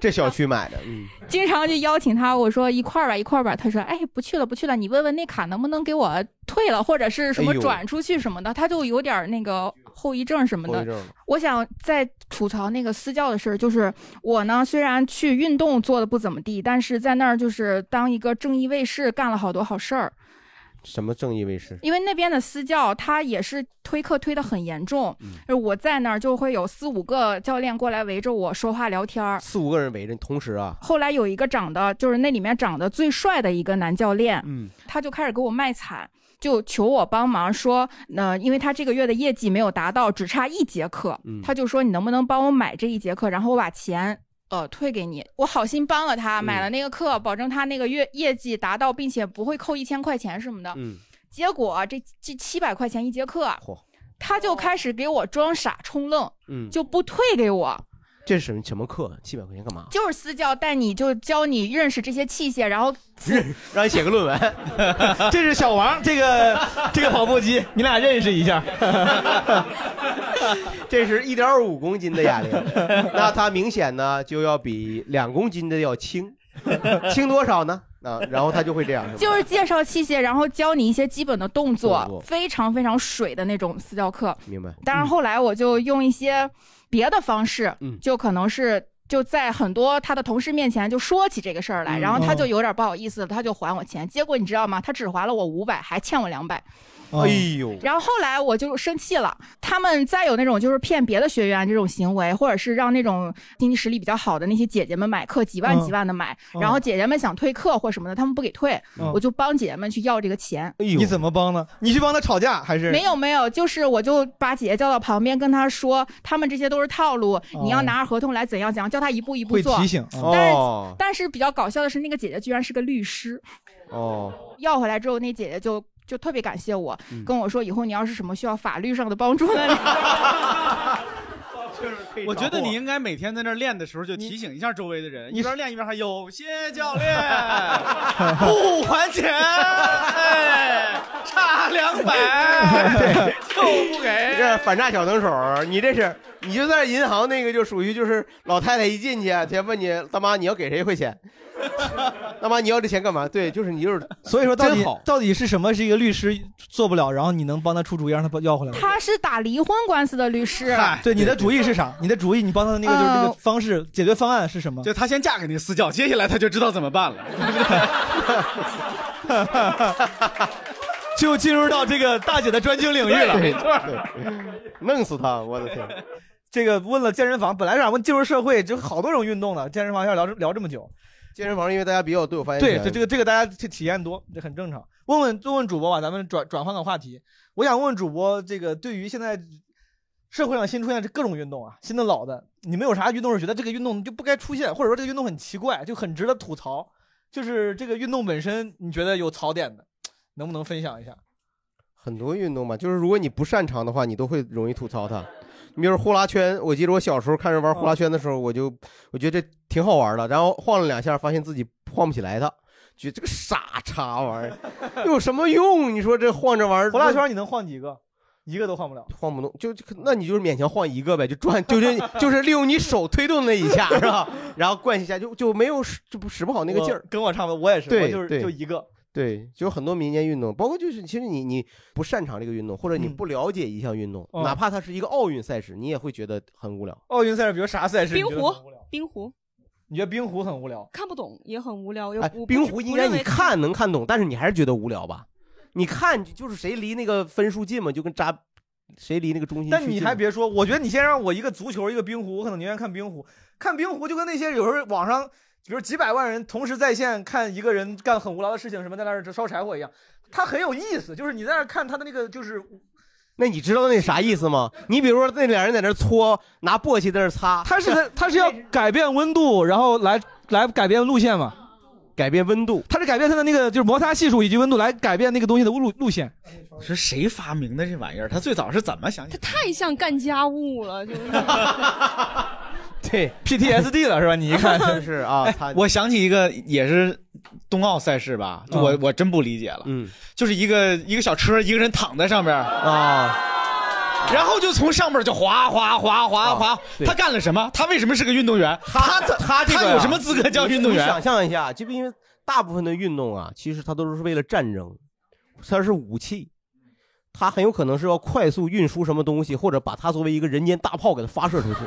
这小区买的，嗯，
经常就邀请他，我说一块儿吧，一块儿吧。他说，哎，不去了，不去了，你问问那卡能不能给我退了，或者是什么
哎呦
转出去什么的。他就有点那个后遗症什么
后遗症
的
了。
我想再吐槽那个私教的事儿，就是我呢，虽然去运动做的不怎么地，但是在那儿就是当一个正义卫士，干了好多好事儿。
什么正义卫士？
因为那边的私教他也是推课推得很严重，
嗯
就是我在那儿就会有四五个教练过来围着我说话聊天儿。
四五个人围着你，同时啊，
后来有一个长得就是那里面长得最帅的一个男教练，
嗯，
他就开始给我卖惨，就求我帮忙说，呃，因为他这个月的业绩没有达到，只差一节课，
嗯
他就说你能不能帮我买这一节课，然后我把钱。呃，退给你。我好心帮了
嗯
他，买了那个课，保证他那个月业绩达到，并且不会扣一千块钱什么的。
嗯，
结果这这七百块钱一节课，
嚯，
他就开始给我装傻充愣，
嗯
就不退给我。
这是什么什么课？七百块钱干嘛？
就是私教带你就教你认识这些器械，然后
认让你写个论文。
这是小王，这个 这个跑步机，你俩认识一 下。
这是一点五公斤 的哑铃，那它明显呢就要比两公斤的要轻，轻多少呢？啊，然后他就会这样，是吧
就是介绍器械，然后教你一些基本的动
动作
作，非常非常水的那种私教课。
明白？
但是后来我就用一些别的方式，
嗯
就可能是就在很多他的同事面前就说起这个事儿来，
嗯
然后他
哦
就有点不好意思了，他就还我钱。结果你知道吗？他只还了我五百，还欠我两百。
哦
哎
嗯
呦，
然后后来我就生气了，他们再有那种就是骗别的学员这种行为，或者是让那种经济实力比较好的那些姐姐们买课，几万
嗯
几万的买，
嗯
然后姐姐们想退课或什么的，他们不给退，
嗯
我就帮姐姐们去要这个钱。
哎
你怎么帮呢？你去帮他吵架还是
没有没有，就是我就把姐姐叫到旁边，跟她说，他们这些都是套路，你要拿着合同来怎样怎样，教她一步一步
哦会
做。
提醒
但是、
哦
但是比较搞笑的是，那个姐姐居然是个律师。
哦，
要回来之后，那姐姐就就特别感谢我，
嗯
跟我说以后你要是什么需要法律上的帮助呢，
我觉得你应该每天在那儿练的时候就提醒一下周围的人，
你
一边练一边喊有些教 练不哦还钱，哎差两 百 就不给。
这反诈小能手儿，你这是你就在银行那个就属于就是老太太一进去，啊先问你大妈你要给谁汇钱， 大妈你要这钱干嘛？对，就是你就是
所以说到底
真好
到底是什么是一个律师做不了，然后你能帮他出主意让他要回来吗？
她是打离婚官司的律师。
对，你的主意是啥？你的主意，你帮他的那个就是那个
呃
方式解决方案是什么？
就她先嫁给那私教，接下来她就知道怎么办了。
就进入到这个大姐 的专精领域了。
对对弄死他！我的天，
这个问了健身房，本来想问进入社会，就好多种运动了，健身房要聊聊这么久。
健身房因为大家比较都有发言
对，
权，
这这个这个大家这体验多，这很正常。问问问问主播吧，咱们转转换个话题。我想问问主播，这个对于现在社会上新出现这各种运动啊，新的老的，你们有啥运动是觉得这个运动就不该出现，或者说这个运动很奇怪，就很值得吐槽？就是这个运动本身，你觉得有槽点的，能不能分享一下？
很多运动嘛，就是如果你不擅长的话，你都会容易吐槽它。你比如呼啦圈，我记得我小时候看人玩呼啦圈的时候，我就我觉得这挺好玩的，然后晃了两下，发现自己晃不起来它，觉得这个傻叉玩意儿 有什么用？你说这晃着玩儿
呼啦圈你能晃几个？一个都晃不了。
晃不动，就就那你就是勉强晃一个呗，就转， 就是就是利用你手推动那一下是吧？然后惯一下就就没有使就不使不好那个劲儿
我。跟我差不多，我也是，
对
我就是
对
就一个。
对，就有很多民间运动，包括就是其实你你不擅长这个运动，或者你不了解一项运动，
嗯哦
哪怕它是一个奥运赛事，你也会觉得很无聊。
奥运赛事，比如啥赛事？
冰
你觉得
壶
很无聊，
冰壶
你觉得冰壶很无聊？
看不懂也很无聊，又
哎
不，
冰壶应该你，
不
看能看懂，但是你还是觉得无聊吧？你看就是谁离那个分数近嘛，就跟扎谁离那个中心。
但你还别说，我觉得你先让我一个足球，一个冰壶，我可能宁愿看冰壶。看冰壶就跟那些有时候网上，比如几百万人同时在线看一个人干很无聊的事情，什么在那儿烧柴火一样，它很有意思。就是你在那儿看他的那个，就是
那你知道那啥意思吗？你比如说那俩人在那搓，拿簸箕在那擦，
他是在他是要改变温度，然后来来改变路线嘛。
改变温度，
它是改变它的那个就是摩擦系数以及温度来改变那个东西的路路线。
是谁发明的这玩意儿？他最早是怎么想起？
太像干家务了，就是
对
PTSD 了是吧？你一看
真是啊
哎
他
我想起一个也是冬奥赛事吧，就我
嗯
我真不理解了，
嗯，
就是一个一个小车，一个人躺在上面
啊，
然后就从上面就滑滑滑滑
啊
滑，
对
他干了什么？他为什么是个运动员？
他他这个
他
呀
有什么资格叫运动
你想
员？
象一下，就因为大部分的运动啊，其实它都是为了战争，它是武器，它很有可能是要快速运输什么东西，或者把它作为一个人间大炮给它发射出去。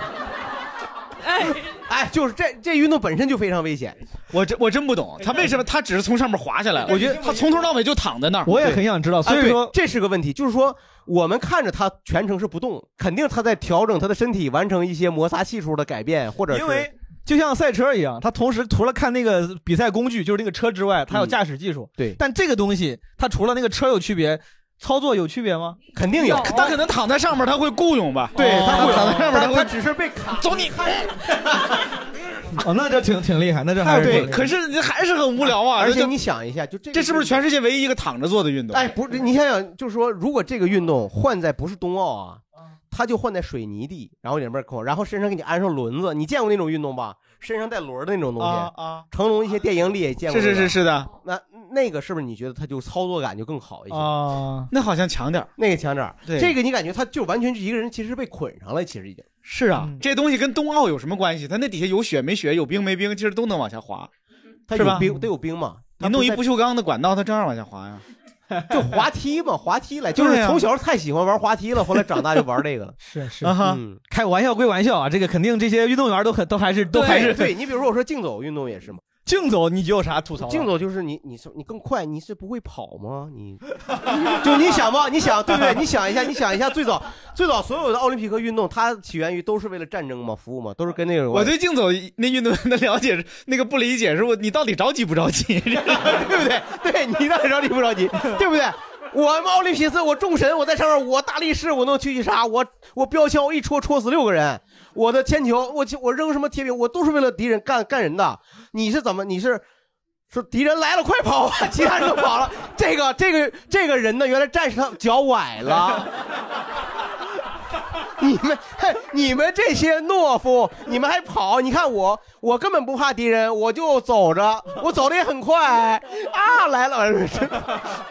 哎
哎，就是这这运动本身就非常危险。
我真我真不懂，他为什么他只是从上面滑下来？我觉得他从头到尾就躺在那儿。
对哎对这是个问题，就是说我们看着它全程是不动，肯定它在调整它的身体，完成一些摩擦系数的改变，或者是
因为就像赛车一样，它同时除了看那个比赛工具，就是那个车之外，它有驾驶技术。
对，
但这个东西它除了那个车有区别，操作有区别吗？
肯定有有
他可能躺在上面，他会雇佣吧？
对
哦
他会
躺在上面，
他
他会
只是被卡。
走你！
哦，那这挺挺厉害，那这还
哎
是
对，可是你还是很无聊啊。
而且
那就
你想一下，就这个
这是不是全世界唯一一个躺着做的运动？
哎，不是，你想想，就是说，如果这个运动换在不是冬奥啊，它就换在水泥地，然后里面扣，然后身上给你安上轮子，你见过那种运动吧？身上带轮儿的那种东西
啊啊
成龙一些电影里也见过。
是是是是的。
那那个是不是你觉得它就操作感就更好一些？
啊，
那好像强点儿
哦那个强点儿
对
这个你感觉它就完全是一个人其实被捆上了，其实已经。
是啊，这东西跟冬奥有什么关系？它那底下有雪没雪，有冰没冰，其实都能往下滑，
它
是
有
吧？
冰，得有冰嘛。
你弄一不锈钢的管道，它照样往下滑呀。
就滑梯嘛，滑梯来，哎就是
对啊
从小太喜欢玩滑梯了，后来长大就玩这个 了。
是是
啊哈
嗯开玩笑归玩笑啊，这个肯定这些运动员都很都还是都还是
对对你比如说我说竞走运动也是嘛，
竞走你有啥吐槽？
竞走就是你，你说你更快，你是不会跑吗？你 就你想吧，你想对不对？你想一下，你想一下，最早最早所有的奥林匹克运动，它起源于都是为了战争嘛，服务嘛，都是跟那个有关
我对竞走那运动员的了解是，那个不理解是我你到底着急不着急？
对不对？对你到底着急不着急？对不对？我奥林匹斯，我众神，我在上面，我大力士，我弄狙击杀，我我标枪，我一戳戳死六个人。我的铅球，我我扔什么铁饼，我都是为了敌人干干人的。你是怎么？你是说敌人来了，快跑啊！ 其他人都跑了。这个这个这个人呢，原来战士他脚崴了。你们，嘿，你们这些懦夫，你们还跑？你看我，我根本不怕敌人，我就走着，我走的也很快啊！来了，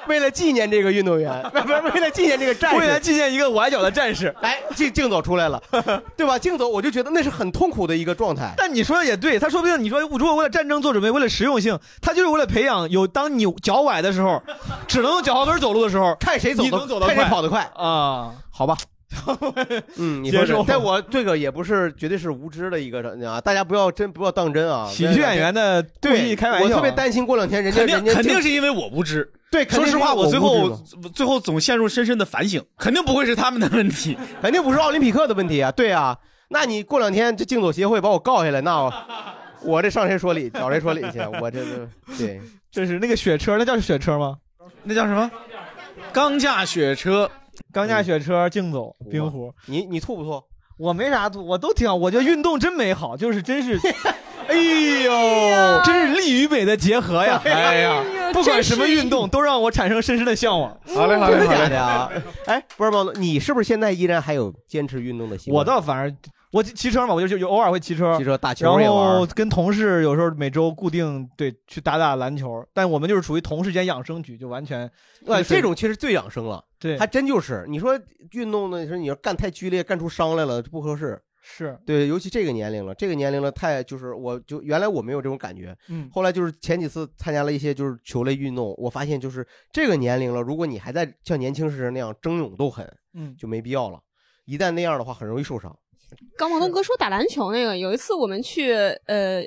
为了纪念这个运动员，不是为了纪念这个战士，
为了纪念一个崴脚的战士，
哎，这竞走出来了， 对吧？竞走，我就觉得那是很痛苦的一个状态。
但你说的也对，他说不定你说如果为了战争做准备，为了实用性，他就是为了培养有当你脚崴的时候，只能用脚后跟走路的时候，
看谁走
你
得
能走得
看
快，
谁跑得快
啊？
好吧，嗯，你
接
说是
受，
但我这个也不是绝对是无知的一个，啊，大家不要真不要当真啊。
喜剧演员的故
对
意开玩笑，啊
我特别担心过两天人家
啊肯
人
定
家
肯定
竞
是因为我无知。
对肯定
说实话，
是因为
我最
我无
后最后总陷入深深的反 省，肯定不会是他们的问题，
肯定不是奥林匹克的问题啊。对啊，那你过两天这竞走协会把我告下来，那我我这上谁说理，找谁说理去？我 这个对，
这是那个雪车，那叫雪车吗？
那叫什么？钢架雪车，
钢架雪车竞走冰壶。
你你吐不吐？
我没啥吐，我都挺好。我觉得运动真美好，就是真 是，
哎呦，
真是力与美的结合呀！哎呀，不管什么运动，都让我产生深深的向往。
真的假的啊？哎，不是梦，你是不是现在依然还有坚持运动的习惯？
我倒反而我骑骑车嘛，我就就就偶尔会骑车，骑
车打球也
然
玩
后跟同事有时候每周固定对去打打篮球，但我们就是属于同事间养生局，就完全
对，这种其实最养生了。
对
还真就是你说运动呢，你说你要干太剧烈，干出伤来了，这不合适。
是
对，尤其这个年龄了，这个年龄了，太就是我就原来我没有这种感觉，
嗯
后来就是前几次参加了一些就是球类运动，我发现就是这个年龄了，如果你还在像年轻时那样争勇斗狠，
嗯
就没必要了。一旦那样的话，很容易受伤。
刚毛东哥说打篮球那个，有一次我们去呃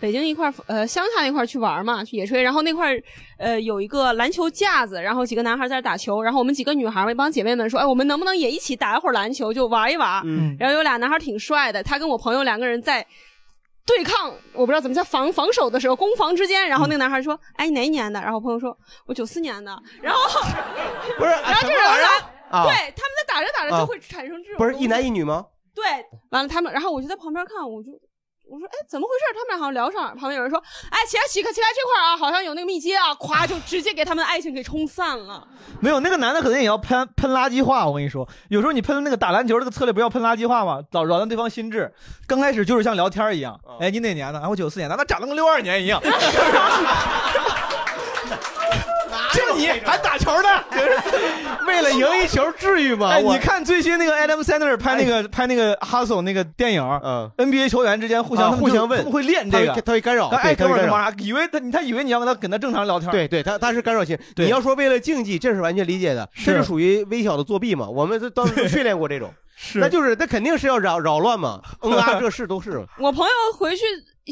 北京一块儿呃乡下那块儿去玩嘛，去野炊，然后那块儿呃有一个篮球架子，然后几个男孩在那打球，然后我们几个女孩儿一帮姐妹们说，哎，我们能不能也一起打一会儿篮球，就玩一玩？
嗯
然后有俩男孩儿挺帅的，他跟我朋友两个人在。对抗，我不知道怎么叫防防守的时候，攻防之间，然后那个男孩说：“哎，你哪一年的？”然后我朋友说：“我九四年的。”然后
不是，
然后就是
什么玩意儿啊
对，他们在打着打着
啊
就会产生这种
不是
东
一
西
男一女吗？
对，完了他们，然后我就在旁边看，我就我说哎怎么回事？他们俩好像聊上，旁边有人说哎起来起来起来这块儿啊，好像有那个密接啊，咵就直接给他们的爱情给冲散了。
没有那个男的可能也要喷喷垃圾话。我跟你说，有时候你喷那个打篮球这个策略不要喷垃圾话嘛，扰扰乱对方心智。刚开始就是像聊天一样，
啊
哎你哪年的？哎我九四年的，那长得跟六二年一样。就你还打球呢？
为了赢一球，至于吗
哎，
我哎
你看最新那个 Adam Sandler 拍那个拍那个 Hustle 那个电影，
嗯
，NBA 球员之间互相
啊
他们就
互相问
他们会练这
他
个
会，他会干扰
哎，
对他
哥
会
们儿
干
他
扰
妈以为他他以为你要跟他跟他正常聊天，
对对，他他是干扰性。
对
你要说为了竞技，这是完全理解的，
是
这是属于微小的作弊嘛？我们这当时都训练过这种，
是
那就是那肯定是要扰扰乱 嘛，嗯啊，这事都是。
我朋友回去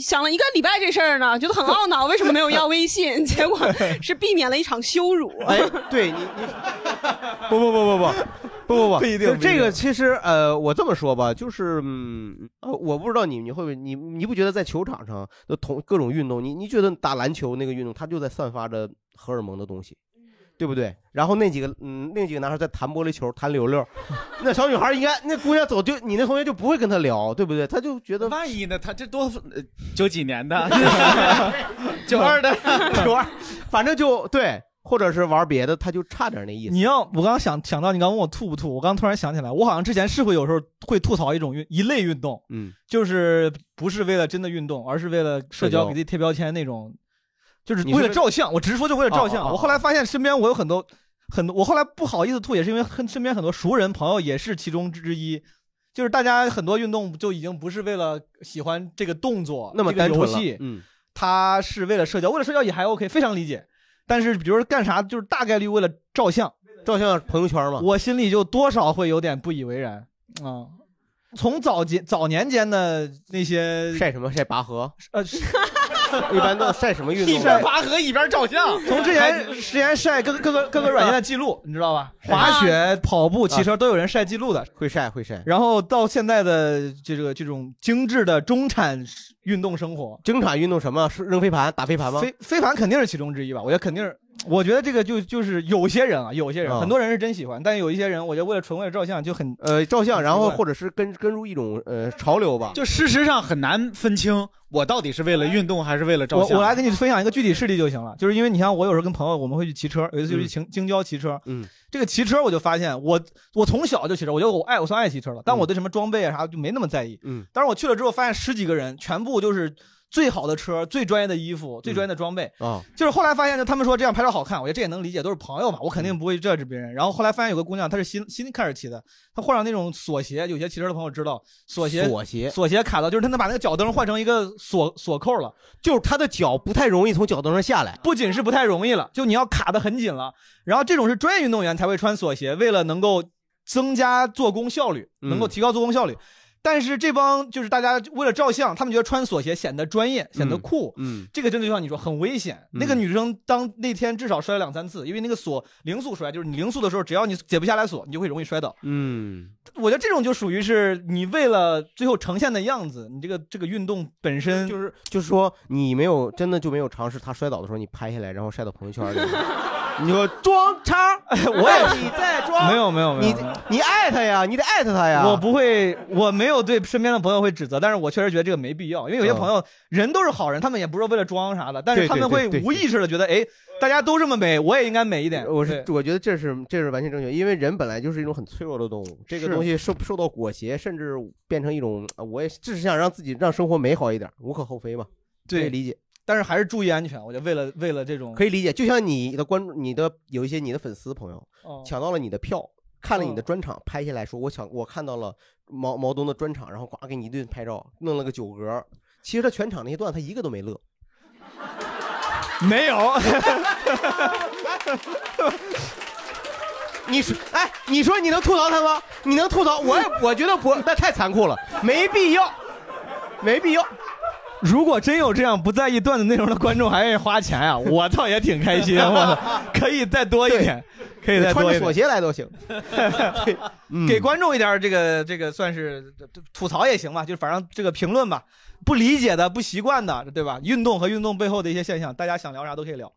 想了一个礼拜这事儿呢，觉得很懊恼，为什么没有要微信？ 结果是避免了一场羞辱。
哎， 对你你， 不不不不不不不不，
不一定
就
不一定
这个其实呃，我这么说吧，就是嗯，呃我不知道你你会不会你你不觉得在球场上的同各种运动，你你觉得打篮球那个运动，它就在散发着荷尔蒙的东西。对不对？然后那几个，嗯，那几个男孩在弹玻璃球、弹溜溜，那小女孩应该，那姑娘走就你那同学就不会跟她聊，对不对？她就觉得
万一呢？他这多呃九几年的，
九二的 九二，反正就对，或者是玩别的，她就差点那 意思。
你要我刚想想到你刚问我吐不吐，我刚突然想起来，我好像之前是会有时候会吐槽一种运一类运动，
嗯，
就是不是为了真的运动，而是为了社
社
交
交
给自己贴标签那种，就是
你是
为了
为
照相。我直说就为了照
哦哦
相。
哦
我后来发现身边我有很多很多，我后来不好意思吐，也是因为很身边很多熟人朋友也是其中之一。就是大家很多运动就已经不是为了喜欢这个动作、
那么
这个
单纯
游
了
戏，
嗯，
他是为了社交，为了社交也还 OK，非常理解。但是比如说干啥，就是大概率为了照相，
照相朋友圈嘛，
我心里就多少会有点不以为然啊。从早间早年间的那些
晒什么晒拔河，
呃，
一般都晒什么运动？ 啊
一边
拔河一边照相，
从之前之前晒各个各个各个软件的记录，你知道吧？滑雪、 跑步、
啊
骑哎车都有人晒记录的，
会晒会晒。
然后到现在的这个这种精致的中产运动生活，
精产运动什么？是扔飞盘、打啊飞盘吗？
飞飞盘肯定是其中之一吧？我觉得肯定是，我觉得这个就就是有些人啊，有些人、
嗯
很多人是真喜欢，但有一些人，我觉得为了纯为了照相就很
呃照相，然后
很奇怪
或者是跟跟入一种呃潮流吧。
就事实上很难分清我到底是为了运动还是为了照
我
相。
我来给你分享一个具体事例就行了，就是因为你像我有时候跟朋友我们会去骑车，有一次就去
嗯
京京郊骑车，
嗯，
这个骑车我就发现我我从小就骑车，我觉得我爱我算爱骑车了，但我对什么装备啊啥就没那么在意，
嗯，
但是我去了之后发现十几个人全部就是最好的车、最专业的衣服、最专业的装备，
啊，
就是后来发现，就他们说这样拍照好看，我觉得这也能理解，都是朋友嘛，我肯定不会 judge 别人。然后后来发现有个姑娘，她是新新开始骑的，她换上那种锁鞋，有些骑车的朋友知道，锁鞋
锁鞋
锁鞋卡到，就是她能把那个脚蹬换成一个锁锁扣了，
就是她的脚不太容易从脚蹬上下来。
不仅是不太容易了，就你要卡得很紧了。然后这种是专业运动员才会穿锁鞋，为了能够增加做工效率，
嗯
能够提高做工效率。但是这帮就是大家为了照相，他们觉得穿锁鞋显得专业，显得酷。
嗯，
这个真的就像你说，很危险。那个女生当那天至少摔了两三次，因为那个锁零速摔，就是你零速的时候，只要你解不下来锁，你就会容易摔倒。
嗯，
我觉得这种就属于是你为了最后呈现的样子，你这个这个运动本身
就是就是说你没有真的就没有尝试她摔倒的时候你拍下来，然后晒到朋友圈 里。你说装叉，我也你在装，
没有没有没有
你
没有
你艾特呀，你得艾特他呀。
我不会，我没有对身边的朋友会指责，但是我确实觉得这个没必要，因为有些朋友、人都是好人，他们也不是为了装啥的，但是
嗯对
他们
对
会
对
无意识的觉得，哎，大家都这么美，我也应该美一点。
我是
对
我觉得这是这是完全正确，因为人本来就是一种很脆弱的动物，这个
是
东西受受到裹挟，甚至变成一种，呃我也只是想让自己让生活美好一点，无可厚非嘛，
对
可以理解，
但是还是注意安全。我觉得为了为了这种
可以理解。就像你的观众，你的有一些你的粉丝朋友
哦
抢到了你的票，看了你的专场，拍下来说我抢我看到了毛毛东的专场，然后呱给你一顿拍照，弄了个九格。其实他全场那些段他一个都没乐，
没有。
你说，哎，你说你能吐槽他吗？你能吐槽我也？我觉得不，那太残酷了，没必要，没必要。
如果真有这样不在意段子内容的观众还愿意花钱 啊，我倒也挺开心。我操，可以再多一点，可以再多
穿
一
着
点。
锁 鞋来都行。
给观众一点儿这个这个算是吐槽也行吧，就是反正这个评论吧，不理解的、不习惯的，对吧？运动和运动背后的一些现象，大家想聊啥都可以聊。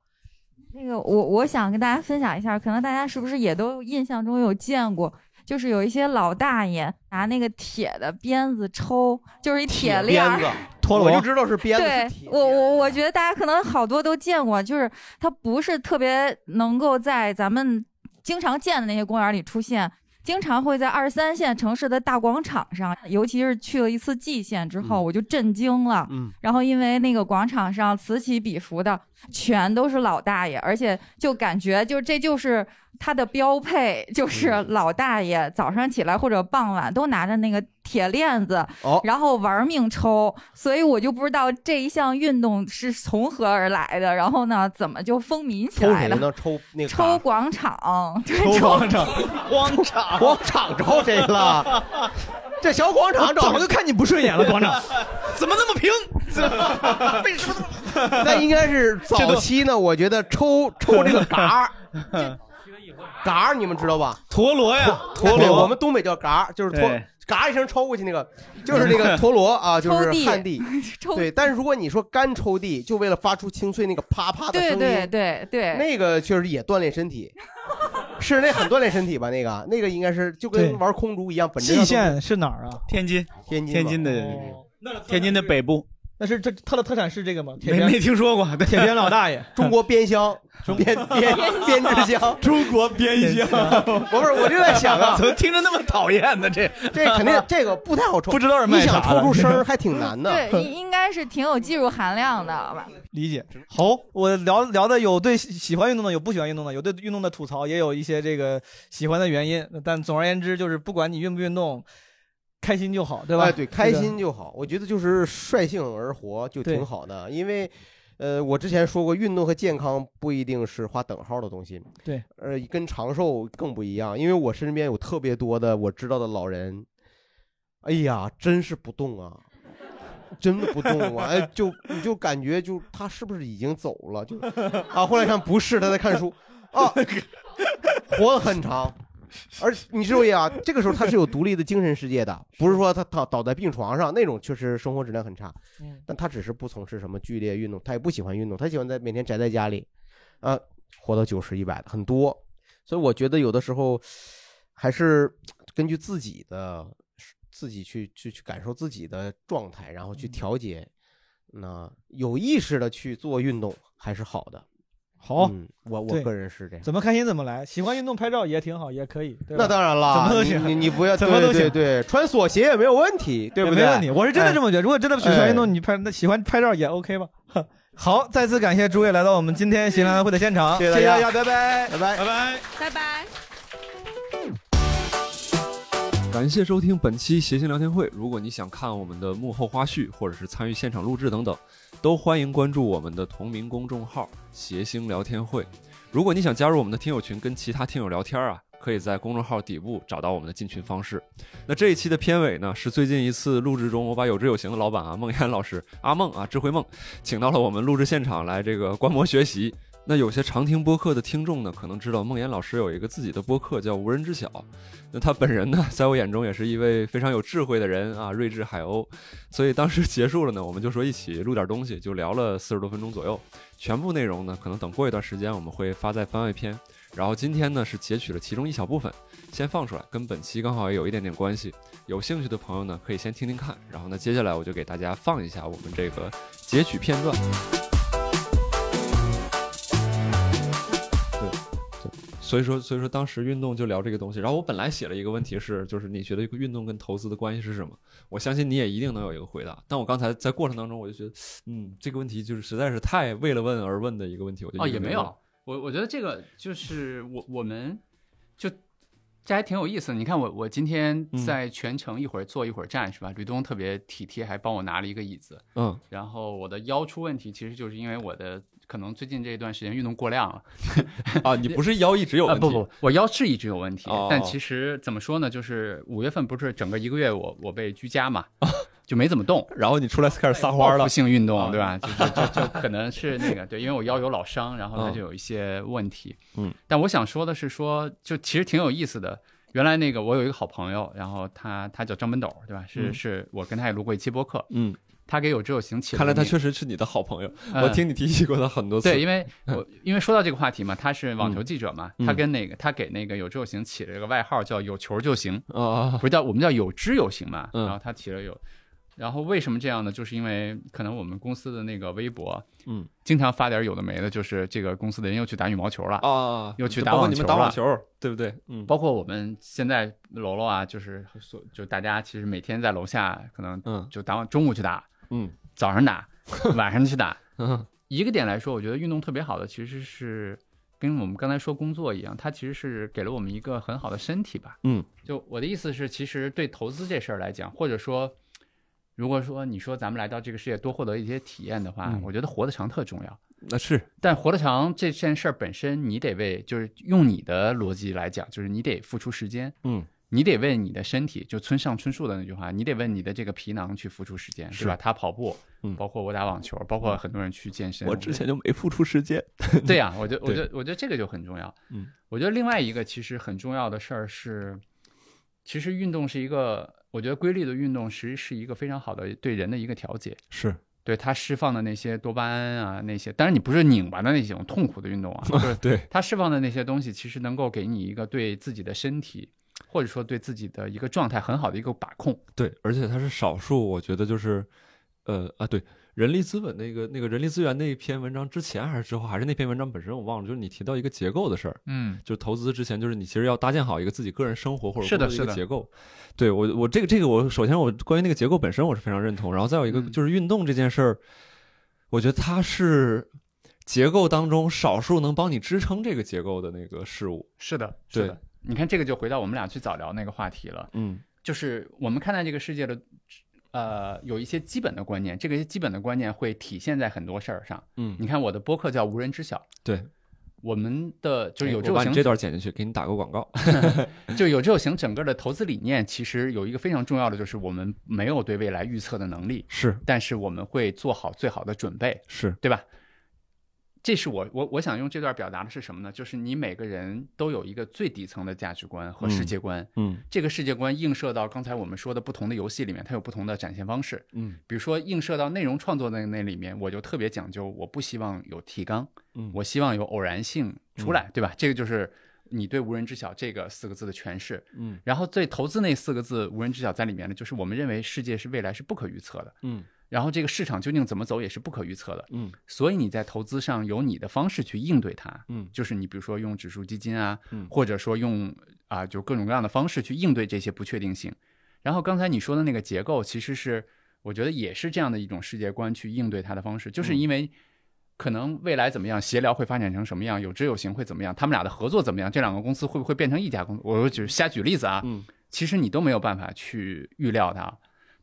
那个我我想跟大家分享一下，可能大家是不是也都印象中有见过，就是有一些老大爷拿那个铁的鞭子抽，就是一铁链儿。
陀螺，我就知道是鞭子。
对我我我觉得大家可能好多都见过，就是它不是特别能够在咱们经常见的那些公园里出现，经常会在二十三线城市的大广场上，尤其是去了一次蓟县之后，我就震惊了。
嗯
然后因为那个广场上此起彼伏的全都是老大爷，而且就感觉就这就是他的标配，就是
嗯
老大爷早上起来或者傍晚都拿着那个铁链子，
哦
然后玩命抽，所以我就不知道这一项运动是从何而来的，然后呢，怎么就风靡起
抽
来
谁
了？
呢？抽那个
抽广场，对
抽广场，
广场，
广场抽谁了？这小广场找
早就看你不顺眼了，广场怎么那么平？
为什么
那应该是早期呢，我觉得 抽抽这个嘎儿， 嘎儿你们知道吧？
陀螺呀，
陀
螺
我们东北叫嘎儿，就是陀
对
嘎一声抽过去那个，就是 那个陀螺啊，就
抽
是
地
旱地。对，但是如果你说干抽地，就为了发出清脆那个啪啪的 声
对
音，
对对对，
那个确实也锻炼身 体。是那很锻炼身体吧？那个那个应该是就跟
对
玩空竹一样，本质
蓟
上
县是哪儿啊？
天津，
天津
天津的，天津的北部，
那是这它的特产是这个吗？铁
没
鞭
没听说过。对
铁鞭老 大爷，
中国鞭香，鞭鞭鞭制香，
中国鞭香。
不 是，我就在想
，
啊
怎么听着那么讨厌呢？这
这肯定这个不太好抽，
不知道是卖
你想
啥的
抽 出声儿还挺难的。
对，应应该是挺有技术含量的吧？
理解。好，我聊聊的有对喜喜欢运动的，有不喜欢运动的，有对运动的吐槽，也有一些这个喜欢的原因。但总而言之，就是不管你运不运动，开心就好，对吧？
哎对，开
这
心
个
就好。我觉得就是率性而活就挺好的，因为，呃，我之前说过，运动和健康不一定是划等号的东西。
对，
呃，跟长寿更不一样，因为我身边有特别多的我知道的老人，哎呀，真是不动啊。真的不动啊，哎，就你就感觉就他是不是已经走了？就啊，后来看不是，他在看书啊，活得 很长。而你注意啊，这个时候他是有独立的精神世界的，不是说他倒倒在病床上那种，确实生活质量很差。但他只是不从事什么剧烈运动，他也不喜欢运动，他喜欢在每天宅在家里，啊、活到九十一百的很多。所以我觉得有的时候还是根据自己的自己去去去感受自己的状态，然后
嗯
去调节。那有意识的去做运动还是好的。
好
嗯、我我
对
个人是这样。
怎么开心怎么来，喜欢运动拍照也挺好，也可以。对吧
那当然啦，
怎么都行，
你你你 不要
怎么都行
对对对，穿锁鞋也没有问题，对不哎对？
没问题，我是真的这么觉得。如果真的喜欢运
哎
动，你拍那喜欢拍照也 OK 吧。好，再次感谢诸位来到我们今天新兰会的现场，
谢
谢
谢大家
大家，拜拜，拜
拜，
拜拜。
拜拜。
感谢收听本期谐星聊天会。如果你想看我们的幕后花絮，或者是参与现场录制等等，都欢迎关注我们的同名公众号“谐星聊天会”。如果你想加入我们的听友群，跟其他听友聊天啊，可以在公众号底部找到我们的进群方式。那这一期的片尾呢，是最近一次录制中，我把有知有行的老板啊，孟岩老师阿孟啊，智慧梦，请到了我们录制现场来这个观摩学习。那有些常听播客的听众呢，可能知道孟岩老师有一个自己的播客叫《无人知晓》。那他本人呢，在我眼中也是一位非常有智慧的人啊，睿智海鸥。所以当时结束了呢，我们就说一起录点东西，就聊了四十多分钟左右。全部内容呢，可能等过一段时间我们会发在番外篇。然后今天呢是截取了其中一小部分，先放出来，跟本期刚好也有一点点关系。有兴趣的朋友呢，可以先听听看。然后呢，接下来我就给大家放一下我们这个截取片段。对，对所以说，所以说当时运动就聊这个东西。然后我本来写了一个问题是，就是你觉得运动跟投资的关系是什么？我相信你也一定能有一个回答。但我刚才在过程当中，我就觉得，嗯，这个问题就是实在是太为了问而问的一个问题，我就
哦，
一直
也没
问
有，我我觉得这个就是我我们就这还挺有意思的。你看我我今天
嗯
在全程一会儿坐一会儿站是吧？吕东特别体贴，还帮我拿了一个椅子。
嗯，
然后我的腰出问题，其实就是因为我的可能最近这一段时间运动过量了。
啊，你不是腰一直有
啊
问题？
不不， 我腰是一直有问题，
哦
但其实怎么说呢，就是五月份不是整个一个月我我被居家嘛，就没怎么动，
然后你出来开始撒欢了啊
报复性运动对吧？就就就就可能是那个对，因为我腰有老伤，然后它
嗯
就有一些问题。
嗯，
但我想说的是说，就其实挺有意思的。原来那个我有一个好朋友，然后他他叫张本斗，对吧？是、
嗯
是我跟他也录过一期播客，
嗯，
他给有志有行起了
看来
个
他
名
确实是你的好朋友，
嗯
我听你提起过他很多次。
对，因 为我因为说到这个话题嘛，他是网球记者嘛，
嗯
他跟那个他给那个有志有行起了一个外号叫有球就行
啊，
不是叫我们叫有知有行嘛，
嗯
然后他起了有，然后为什么这样呢？就是因为可能我们公司的那个微博，
嗯，
经常发点有的没的，就是这个公司的人又去打羽毛球了
啊
又去
就
打
包括
网
你
球
们
了，
打网球对不对？嗯，
包括我们现在楼楼啊，就是所就大家其实每天在楼下可能嗯就打网中午去打，
嗯，
早上打，晚上去 打，
嗯，
一个点来说，我觉得运动特别好的其实是跟我们刚才说工作一样，它其实是给了我们一个很好的身体吧。
嗯，
就我的意思是，其实对投资这事儿来讲，或者说，如果说你说咱们来到这个世界多获得一些体验的话，
嗯
我觉得活得长特重要。
那是
但活得长这件事儿本身，你得为就是用你的逻辑来讲，就是你得付出时间，
嗯，
你得为你的身体，就村上春树的那句话，你得为你的这个皮囊去付出时间，
是
对吧？他跑步，
嗯
包括我打网球，包括很多人去健身，啊
我之前就没付出时间。
对呀、 我觉得我觉
对
得我觉得这个就很重要。
嗯，
我觉得另外一个其实很重要的事儿是，其实运动是一个，我觉得规律的运动实是一个非常好的对人的一个调节。
是
对它释放的那些多巴胺啊，那些，当然你不是拧巴的那种痛苦的运动啊， 就是
对
它释放的那些东西，其实能够给你一个对自己的身体，或者说对自己的一个状态很好的一个把控。
对，而且它是少数，我觉得就是，呃啊，对，人力资本那个那个人力资源那篇文章之前还是之后，还是那篇文章本身我忘了，就是你提到一个结构的事儿，
嗯，
就是投资之前，就是你其实要搭建好一个自己个人生活或者
是的
工作一个
是的
结构。对我我这个这个我首先我关于那个结构本身我是非常认同，然后再有一个
嗯
就是运动这件事儿，我觉得它是结构当中少数能帮你支撑这个结构的那个事物。
是的，是
对
的，。你看这个就回到我们俩最早聊那个话题了，
嗯，
就是我们看待这个世界的，呃，有一些基本的观念，这个基本的观念会体现在很多事儿上。
嗯
你看我的播客叫《无人知晓》，
对，
我们的就是有
哎
这
我把
种
你
形
这段剪进去，给你打个广告。
就有这种型整个的投资理念，其实有一个非常重要的，就是我们没有对未来预测的能力，
是，
但是我们会做好最好的准备，
是
对吧？这是我我我想用这段表达的是什么呢？就是你每个人都有一个最底层的价值观和世界观，
嗯嗯
这个世界观映射到刚才我们说的不同的游戏里面，它有不同的展现方式，
嗯
比如说映射到内容创作的那里面，我就特别讲究，我不希望有提纲，
嗯
我希望有偶然性出来，
嗯
对吧？这个就是你对“无人知晓”这个四个字的诠释。
嗯
然后对投资那四个字“无人知晓”在里面呢，就是我们认为世界是未来是不可预测的，
嗯
然后这个市场究竟怎么走也是不可预测的，
嗯
所以你在投资上有你的方式去应对它，
嗯
就是你比如说用指数基金啊，
嗯
或者说用啊就各种各样的方式去应对这些不确定性。然后刚才你说的那个结构，其实是我觉得也是这样的一种世界观去应对它的方式，就是
嗯
因为可能未来怎么样，协聊会发展成什么样，有知有行会怎么样，他们俩的合作怎么样，这两个公司会不会变成一家公司？我就举瞎举例子啊，
嗯，
其实你都没有办法去预料它，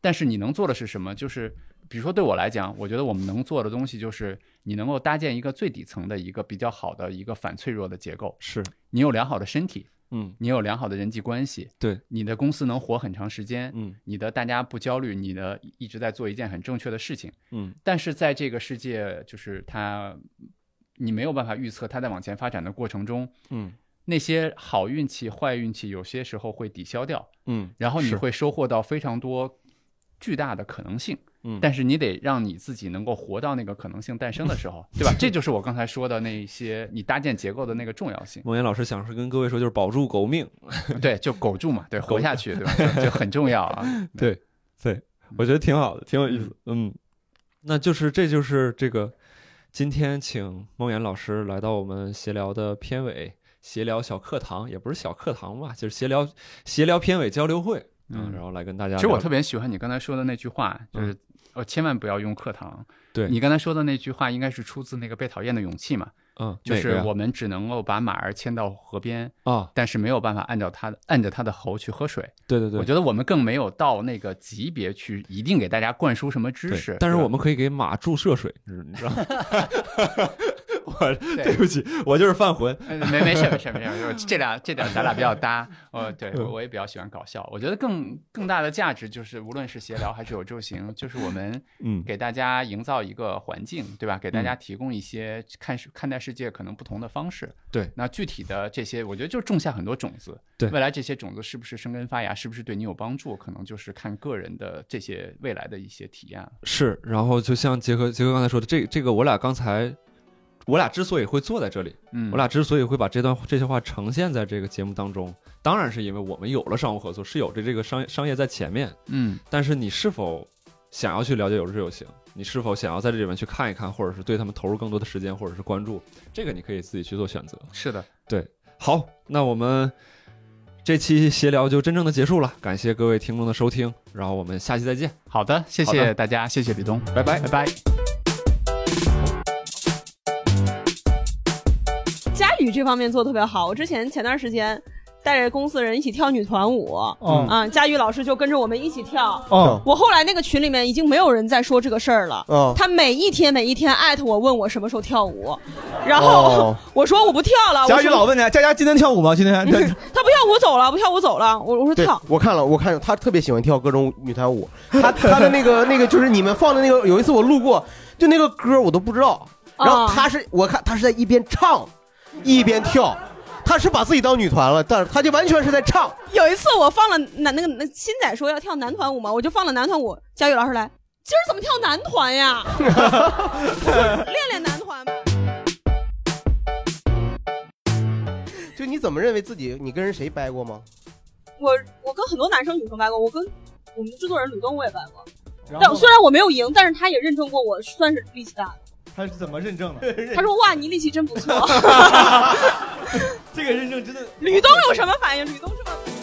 但是你能做的是什么？就是比如说对我来讲，我觉得我们能做的东西就是你能够搭建一个最底层的一个比较好的一个反脆弱的结构，
是
你有良好的身体，
嗯
你有良好的人际关系，
对，
你的公司能活很长时间，
嗯，
你的大家不焦虑，你的一直在做一件很正确的事情，
嗯
但是在这个世界，就是它，你没有办法预测它在往前发展的过程中，
嗯
那些好运气、坏运气，有些时候会抵消掉，
嗯
然后你
是
会收获到非常多巨大的可能性。
嗯
但是你得让你自己能够活到那个可能性诞生的时候，对吧？这就是我刚才说的那一些你搭建结构的那个重要性。
梦岩老师想是跟各位说，就是保住狗命，
对，就苟住嘛，对，活下去，对吧？就就很重要啊。 嗯
对对，我觉得挺好的，挺有意思。嗯，那就是这就是这个今天请梦岩老师来到我们闲聊的片尾，闲聊小课堂也不是小课堂吧，就是闲聊闲聊片尾交流会。嗯，然后来跟大家聊。嗯
其实我特别喜欢你刚才说的那句话，就是哦，千万不要用课堂。
对
你刚才说的那句话，应该是出自那个《被讨厌的勇气》嘛？
嗯
就
哪个
是
呀
我们只能够把马儿牵到河边
啊，
但是没有办法按照它的按着它的喉去喝水。
对对对
我觉得我们更没有到那个级别去一定给大家灌输什么知
对
识。
但是
对吧
我们可以给马注射水，你知你知 道吗？ 我
对
对不起，我就是犯浑
哎。没没事没事没事，就 是这俩这点咱俩比较搭。呃，对
嗯
我我也比较喜欢搞笑。我觉得更更大的价值就是，无论是闲聊还是有周行，就是我们
嗯
给大家营造一个环境，对吧？给大家
嗯
提供一些看世看待世界可能不同的方式。
对
那具体的这些，我觉得就种下很多种子。
对
未来这些种子是不是生根发芽，是不是对你有帮助，可能就是看个人的这些未来的一些体验了。
是，然后就像杰克杰克刚才说的，这这个我俩刚才，我俩之所以会坐在这里，
嗯
我俩之所以会把这段这些话呈现在这个节目当中，当然是因为我们有了商务合作，是有着这个商业商业在前面，
嗯，
但是你是否想要去了解有志有行？你是否想要在这里面去看一看，或者是对他们投入更多的时间，或者是关注？这个你可以自己去做选择。
是的，
对。好，那我们这期闲聊就真正的结束了，感谢各位听众的收听，然后我们下期再见。
好的，谢
好的
谢大家，谢谢李东，
拜拜，
拜拜。
佳宇这方面做得特别好。我之前前段时间带着公司的人一起跳女团舞，
嗯
啊，佳宇老师就跟着我们一起跳。
哦
我后来那个群里面已经没有人在说这个事儿了。
哦
他每一天每一天艾特我，问我什么时候跳舞，然后、
哦
我说我不跳了。啊我
佳宇
说
老问你，佳佳今天跳舞吗？今天
他不跳舞走 了，不跳舞走了。我我说
对
跳，，
我看了，我看了，他特别喜欢跳各种女团舞， 他他的那个那个就是你们放的那个，有一次我路过，就那个歌我都不知道，
哦
然后
啊
他是我看他是在一边唱，一边跳，他是把自己当女团了，但是他就完全是在唱，
有一次我放了男那个那新仔说要跳男团舞嘛，我就放了男团舞。佳宇老师来，今儿怎么跳男团呀？练练男团吧。
就你怎么认为自己？你跟人谁掰过吗？
我我跟很多男生女生掰过，我跟我们制作人吕东我也掰过。
然
但
后
虽然我没有赢，但是他也认证过我算是力气大的。
他是怎么认证的？
他说：“哇，你力气真不错。
这个认证真的。”
吕东有什么反应？吕东这么。